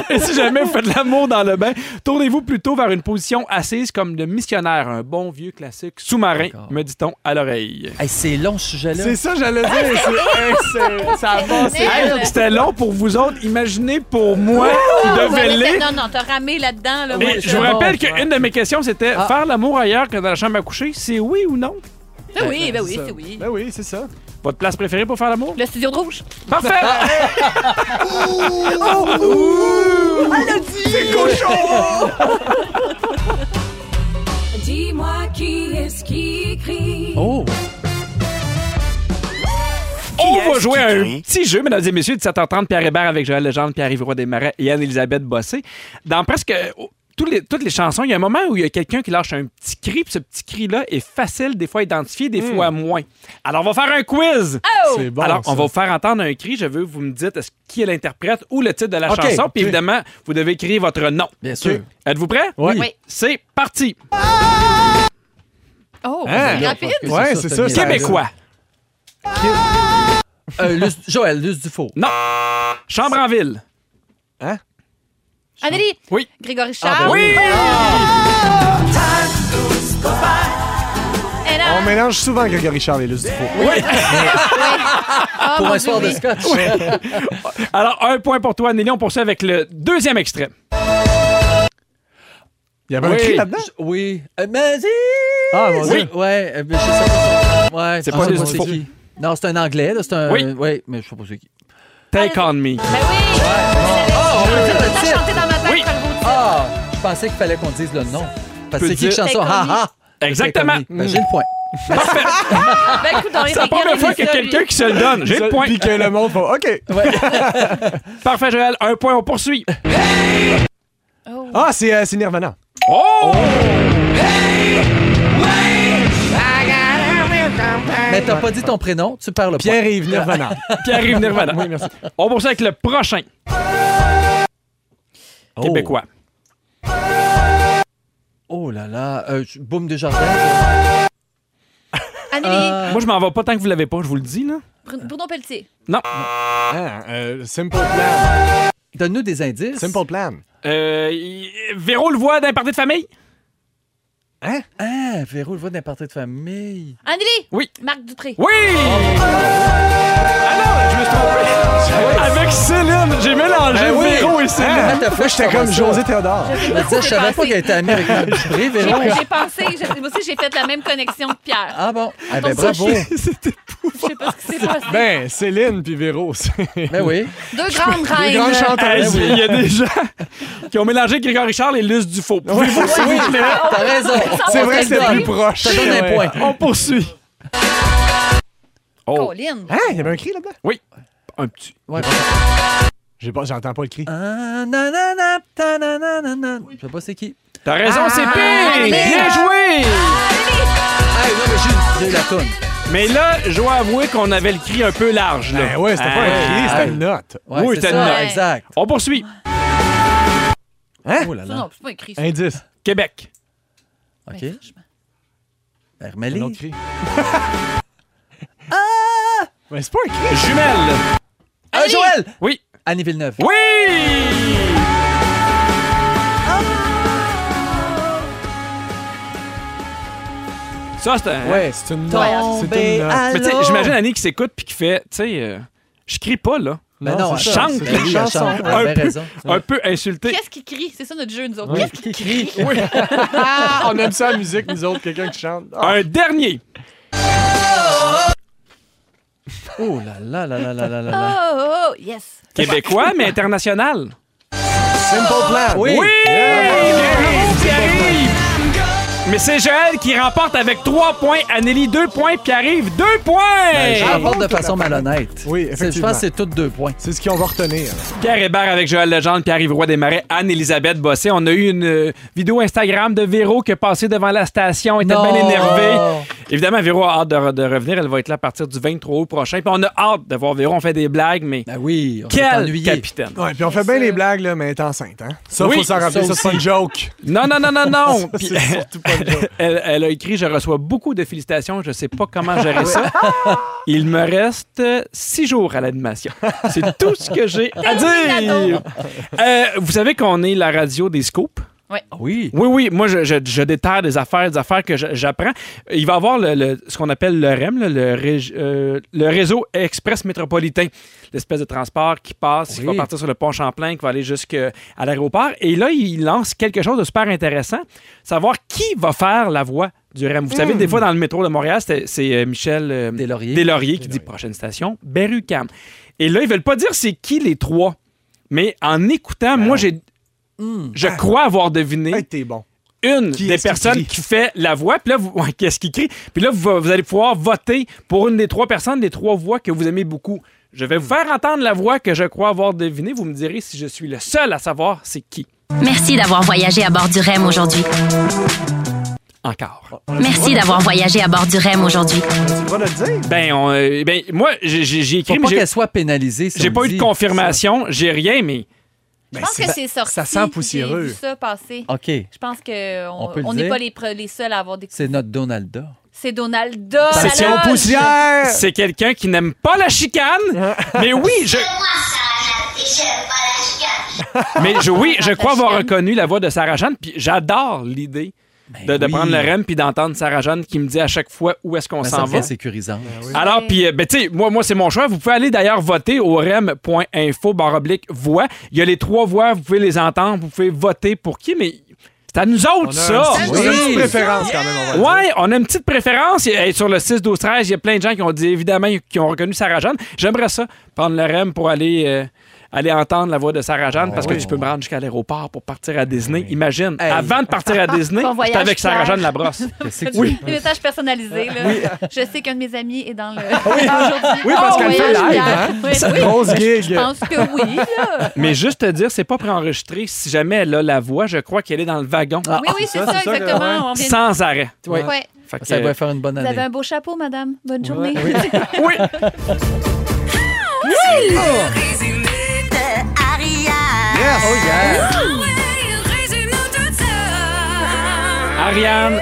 Et si jamais vous faites l'amour dans le bain, tournez-vous plutôt vers une position assise comme de missionnaire, un bon vieux classique sous-marin,
D'accord.
me dit-on à l'oreille.
Hey, c'est long, ce sujet-là.
C'est ça, j'allais dire. c'est- hey, c'est- ça avance.
Hey,
Elle.
C'était long pour vous autres. Imaginez pour moi qui devais
Ouais, mais t'as-
l'être.
non, non, t'as ramé là-dedans. Là,
Et
moi,
je vous
bon,
rappelle
ouais.
qu'une de mes questions, c'était
Ah.
faire l'amour ailleurs que dans la chambre à coucher, c'est oui ou non?
Ben oui, ben oui,
ça.
c'est oui.
Ben oui, c'est ça.
Votre place préférée pour faire l'amour? Ah,
Le studio de rouge.
Parfait!
Dis-moi qui est-ce qui écrit.
Oh,
On va jouer à un petit jeu, mesdames et messieurs, de 7h30, Pierre Hébert avec Joël Legendre, Pierre-Yves Roy Desmarais et Anne-Elisabeth Bossé. Dans presque euh, tous les- toutes les chansons, il y a un moment où il y a quelqu'un qui lâche un petit cri, puis ce petit cri-là est facile des fois à identifier, des fois moins. Alors, on va faire un quiz!
Oh!
C'est bon.
Alors, on
ça.
va vous faire entendre un cri. Je veux que vous me dites est-ce qui est l'interprète ou le titre de la
OK,
chanson. Puis
OK.
évidemment, vous devez écrire votre nom.
bien sûr.
Êtes-vous prêts?
Oui.
Oui.
C'est parti.
Oh,
Hein?
c'est rapide.
Je pense que
Ouais, c'est ça,
ce
c'est-
Québécois.
Euh, Luce- Joël, Luce Dufault.
Ah,
Non. Chambre en ville.
Anneli.
Oui.
Grégory Charles.
Oui.
Et là,
On mélange souvent Grégory Charles et Luce Dufault.
ah,
Pour
mon
un
Dieu,
soir de
oui.
scotch.
Alors, un point pour toi, Nelly. On poursuit avec le deuxième extrait.
Il y avait
Oui.
un cri là-dedans?
Je- Oui. Euh, mais
Ah, mon
Oui.
Dieu.
Ouais, euh, mais je sais pas. Ouais, ah,
C'est
je
pas
sais
des
c'est
infos.
qui. Non, c'est un anglais, là, c'est un.
Oui.
euh, ouais, mais je sais pas c'est qui.
Take on me.
Ben oui.
Ah, on peut dire le
T'as
titre.
chanté dans ma tête
Oui.
par le beau titre.
Ah, je pensais qu'il fallait qu'on dise le nom. Parce
peux
que c'est qui
dire-
qui chante ça?
Take on
Ha
me.
ha!
Exactement.
Take on me. Ben, J'ai le point.
Ben écoute, on est
C'est la première fois que quelqu'un qui se le donne. J'ai le point.
Puis que le monde fait OK.
Parfait, Joël. Un point, on poursuit.
Ah, c'est euh, c'est Nirvana.
Oh!
Mais t'as pas dit ton prénom, tu parles pas.
Pierre-Yves Nirvana.
Pierre-Yves Nirvana.
Oui, merci.
On poursuit avec le prochain
Oh.
Québécois.
Oh là là. Euh, je- Boum de jardin.
Anneli.
Moi, je m'en vais pas tant que vous l'avez pas, je vous le dis, là.
Brun- Bruno Pelletier.
Ah, euh, simple Plan.
Donne-nous des indices.
Simple Plan.
Euh, y- Véro le voit d'un parti de famille?
Ah, Véro, le voit d'un parti de famille.
Anneli.
Oui.
Marc Dupré.
Oui! Ah non, je me suis
Ah,
trompé. Avec Céline, j'ai mélangé
Ben oui.
Véro et Céline.
Hein?
What the fuck,
Moi, j'étais
Ah, ça
comme
va, ça?
José Théodore.
Je veux dire, je savais pas qu'elle était amie avec Marc Dupré,
J'ai
Véro.
j'ai pensé, j'ai- moi aussi j'ai fait la même connexion que Pierre.
Ah bon? Ah ben
tombe sur
bravo.
Je sais pas ce qui s'est passé.
Ben, Céline puis Véro, c'est
Ben oui.
Deux grandes
les
reines.
grandes
Hey,
chanteuses.
Il y a des gens qui ont mélangé Grégory Richard et Luce Dufault. Pouvez-vous, s'il vous plaît?
T'as raison.
C'est
On
vrai que
se
c'est
le
plus
donne.
proche.
Je te donne un
Ouais.
point.
On poursuit. Oh,
Colline.
Hein? Il y avait un cri là-dedans?
un petit.
Ouais.
J'ai pas- J'entends pas le cri.
Ah, nanana, tananana. Je sais pas c'est qui.
T'as
Ah,
raison, c'est Pink!
allez.
Bien joué!
Ah non, mais j'ai eu la toune.
Mais là, je dois avouer qu'on avait le cri un peu large. Là.
Ben ouais, c'était pas
Hey.
un cri, c'était une note.
Ouais,
Oui,
c'est
t'as
ça,
une note.
Exact.
On poursuit. Hein?
Oh là
Ça,
là.
non, c'est pas écrit. ça.
Indice.
Québec.
OK.
Ben, franchement.
Ben,
Un
remets-les.
autre cri. Mais Ben, c'est pas un cri.
Jumelles.
Euh,
Ah, Joël!
Oui.
Annie Villeneuve.
Oui! Ça, c'est un.
Ouais.
C'est une note. C'est
Tombé
une note.
à
Mais tu sais,
l'eau.
j'imagine Annie qui s'écoute puis qui fait, tu sais, euh, je crie pas, là.
Ben non,
c'est
elle chante.
c'est
Ben oui,
une
elle
chanson.
chante. Elle avait
Un peu.
raison.
Un peu insulté.
Qu'est-ce qui crie? C'est ça notre jeu, nous autres.
Oui.
Qu'est-ce qui crie?
Ah, on aime ça la musique, nous autres, quelqu'un qui chante. Ah.
Un dernier.
Oh là là là là là là là
Oh,
là.
oh, oh, yes.
Ben, Québécois, mais international.
Simple plan.
Ah Oui!
Ah Oui! Pierre-Yves qui arrive! Mais c'est Joël qui remporte avec 3 points, Anneli 2 points, puis arrive 2
Je
points!
rapporte de façon malhonnête.
Oui,
C'est- Je
effectivement.
pense que c'est toutes deux points.
C'est ce qu'on va retenir.
Pierre Hébert avec Joël Legendre, Pierre-Yves Roy des Marais, Anne-Élisabeth Bossé. On a eu une euh, vidéo Instagram de Véro qui est passée devant la station, était
Non.
bien énervée. Évidemment, Véro a hâte de, re- de revenir. Elle va être là à partir du 23 août prochain. Puis on a hâte de voir Véro. On fait des blagues, mais
Ben oui, on s'est
quel
ennuyé.
capitaine!
Ouais, puis on fait bien les blagues, là, mais elle est enceinte, hein? Ça,
Oui,
faut s'en rappeler, ça,
ça
c'est pas une joke.
Non, non, non, non, non! Puis-
C'est surtout pas une joke.
Elle, elle a écrit Je reçois beaucoup de félicitations, je sais pas comment gérer ça. Il me reste euh, six jours à l'animation. C'est tout ce que j'ai à dire. Euh, vous savez qu'on est la radio des scoops.
Ah Oui.
Oui, oui, moi, je, je- je déterre des affaires, des affaires que je- j'apprends. Il va y avoir le, le- ce qu'on appelle le REM, là, le, rég- euh, le réseau express métropolitain, l'espèce de transport qui passe, qui
Oui.
va partir sur le pont Champlain, qui va aller jusqu'à l'aéroport. Et là, il lance quelque chose de super intéressant, savoir qui va faire la voie du REM. Vous savez, des fois, dans le métro de Montréal, c'était- c'est euh, Michel euh,
Hmm. Deslauriers.
Deslauriers qui dit prochaine station, Berrucam. Et là, ils veulent pas dire c'est qui les trois. Mais en écoutant,
Ben
moi, j'ai...
Hmm. Ah.
Je crois avoir deviné
Hey, t'es bon.
une
Qui
des
est-ce qui
personnes
crie?
qui, fait la voix, puis là, vous, ouais, qu'est-ce qui crie? Puis là, vous, vous allez pouvoir voter pour une des trois personnes, des trois voix que vous aimez beaucoup. Je vais vous faire entendre la voix que je crois avoir devinée. Vous me direz si je suis le seul à savoir c'est qui.
Merci d'avoir voyagé à bord du REM aujourd'hui.
Ah.
Encore.
Merci d'avoir voyagé à bord du REM aujourd'hui.
Tu vas le dire?
Ben, on, euh, ben moi, j'ai- j'ai j'ai écrit,
Faut
mais
pas
j'ai-
qu'elle soit pénalisée. si
j'ai
on
pas
le
eu de
dit.
confirmation, j'ai rien, mais
Ben,
Je pense que c'est sorti.
ça sent
J'ai
poussiéreux.
vu ça passer.
OK.
Je pense
On
qu'on
peut le
on n'est
dire.
pas les, pre- les seuls à avoir des...
C'est notre Donalda.
C'est Donalda.
C'est
la
Sion
loge.
Poussière!
c'est quelqu'un qui n'aime pas la chicane. mais oui, je. Mais je, oui, je crois avoir reconnu la voix de Sarah Jeanne, puis j'adore l'idée de, de
Ben oui.
prendre le REM puis d'entendre Sarah Jeanne qui me dit à chaque fois où est-ce qu'on
Mais
s'en
Ça
va.
serait sécurisant.
Alors, puis, euh, ben, tu sais, moi, moi c'est mon choix. Vous pouvez aller d'ailleurs voter au rem.info baroblique voix. Il y a les trois voix, vous pouvez les entendre, vous pouvez voter pour qui, mais c'est à nous autres, ça!
C'est
Oui.
une préférence quand même, on va le dire.
Ouais, on a une petite préférence. Et, et sur le 6, 12, 13, il y a plein de gens qui ont dit, évidemment, qui ont reconnu Sarah Jeanne. J'aimerais ça, prendre le REM pour aller, euh, aller entendre la voix de Sarah Jeanne parce que tu peux me rendre jusqu'à l'aéroport pour partir à Disney. Imagine,
Hey.
avant de partir à Disney,
Ton voyage
j'étais avec Sarah
clair.
Jeanne Labrosse.
Qu'est-ce que tu
Des messages personnalisés. Là. Je sais qu'un de mes amis est dans le. aujourd'hui.
Oui, parce
Oh,
qu'elle fait
voyage
live,
hier.
hein?
Oui, oui.
Grosse
Je
gig.
pense que oui. là.
Mais juste te dire, c'est pas préenregistré. Si jamais elle a la voix, je crois qu'elle est dans le wagon
Ah,
oui, oui, c'est ça,
ça, c'est ça que-
exactement.
ouais.
On vient de-
sans arrêt.
Ouais.
Ouais.
Fait que-
Ça va faire une bonne
Vous avez
année.
un beau chapeau, madame. Bonne journée.
Oui!
Yes! Oh,
Résume-nous tout ça.
Ariane,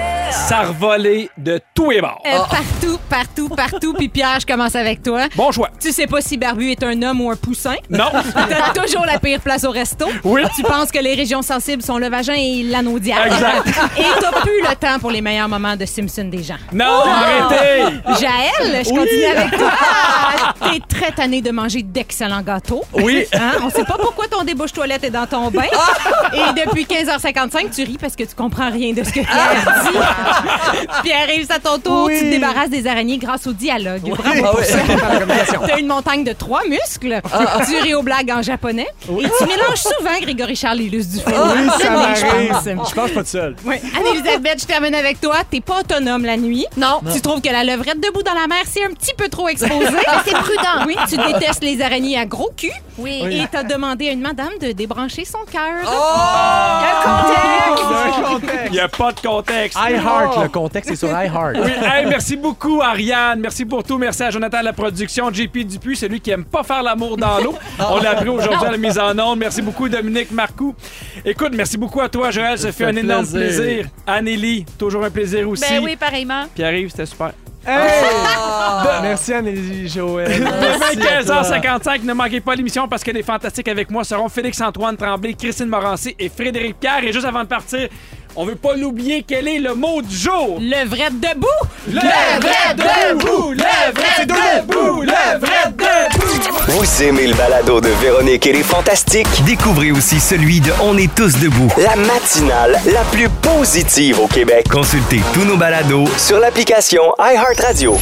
Ça a revolé de tous les bords.
Euh, Partout, partout, partout. Puis Pierre, je commence avec toi.
Bon choix.
Tu sais pas si Barbu est un homme ou un poussin.
Non.
T'as toujours la pire place au resto.
Oui.
Tu penses que les régions sensibles sont le vagin et l'anneau diable.
Exact.
Et t'as plus le temps pour les meilleurs moments de Simpson des gens.
Non, arrêtez.
Jaël,
Ah.
je
Oui.
continue avec toi. Ah, T'es très tanné de manger d'excellents gâteaux.
Oui.
Hein? On sait pas pourquoi ton débouche toilette est dans ton bain.
Ah.
Et depuis 15h55, tu ris parce que tu comprends rien de ce que
Ah.
Pierre dit. Pierre arrive à ton tour, tu te débarrasses des araignées grâce au dialogue. Bravo.
Ah ouais.
T'as une montagne de trois muscles.
Ah.
Tu ris aux blagues en japonais. Et tu mélanges souvent Grégory Charles et Luce Dufay.
Oui,
C'est
ça
bien,
m'arrive.
je pense.
Je pense pas de seul.
Oui. Anne-Elisabeth, je termine avec toi. T'es pas autonome la nuit.
Non.
Tu trouves que la levrette debout dans la mer, c'est un petit peu trop exposé. Mais c'est prudent. Oui, tu détestes les araignées à gros cul.
Oui.
Et t'as demandé à une madame de débrancher son cœur.
Il n'y a pas de contexte.
I Heart, le contexte est sur I Heart.
Oui, hey, merci beaucoup, Ariane. Merci pour tout. Merci à Jonathan à la production. JP Dupuis, celui qui aime pas faire l'amour dans l'eau. On l'a appris aujourd'hui à la mise en onde. Merci beaucoup, Dominique Marcoux. Écoute, merci beaucoup à toi, Joël. Ça fait un
fait
énorme
plaisir.
plaisir. Anneli, toujours un plaisir aussi.
Ben oui, pareillement.
Pierre-Yves, c'était super.
Hey! Merci, Anneli Joël.
Demain,
à toi.
15h55, ne manquez pas l'émission parce que les fantastiques avec moi seront Félix-Antoine Tremblay, Christine Morancy et Frédéric Pierre. Et juste avant de partir, on veut pas l'oublier, quel est le mot du jour?
Levrette debout.
Le vrai debout! Le vrai debout! Le vrai debout!
Vous aimez le balado de Véronique et les Fantastiques?
Découvrez aussi celui de On est tous debout.
La matinale la plus positive au Québec.
Consultez tous nos balados
Sur l'application iHeartRadio.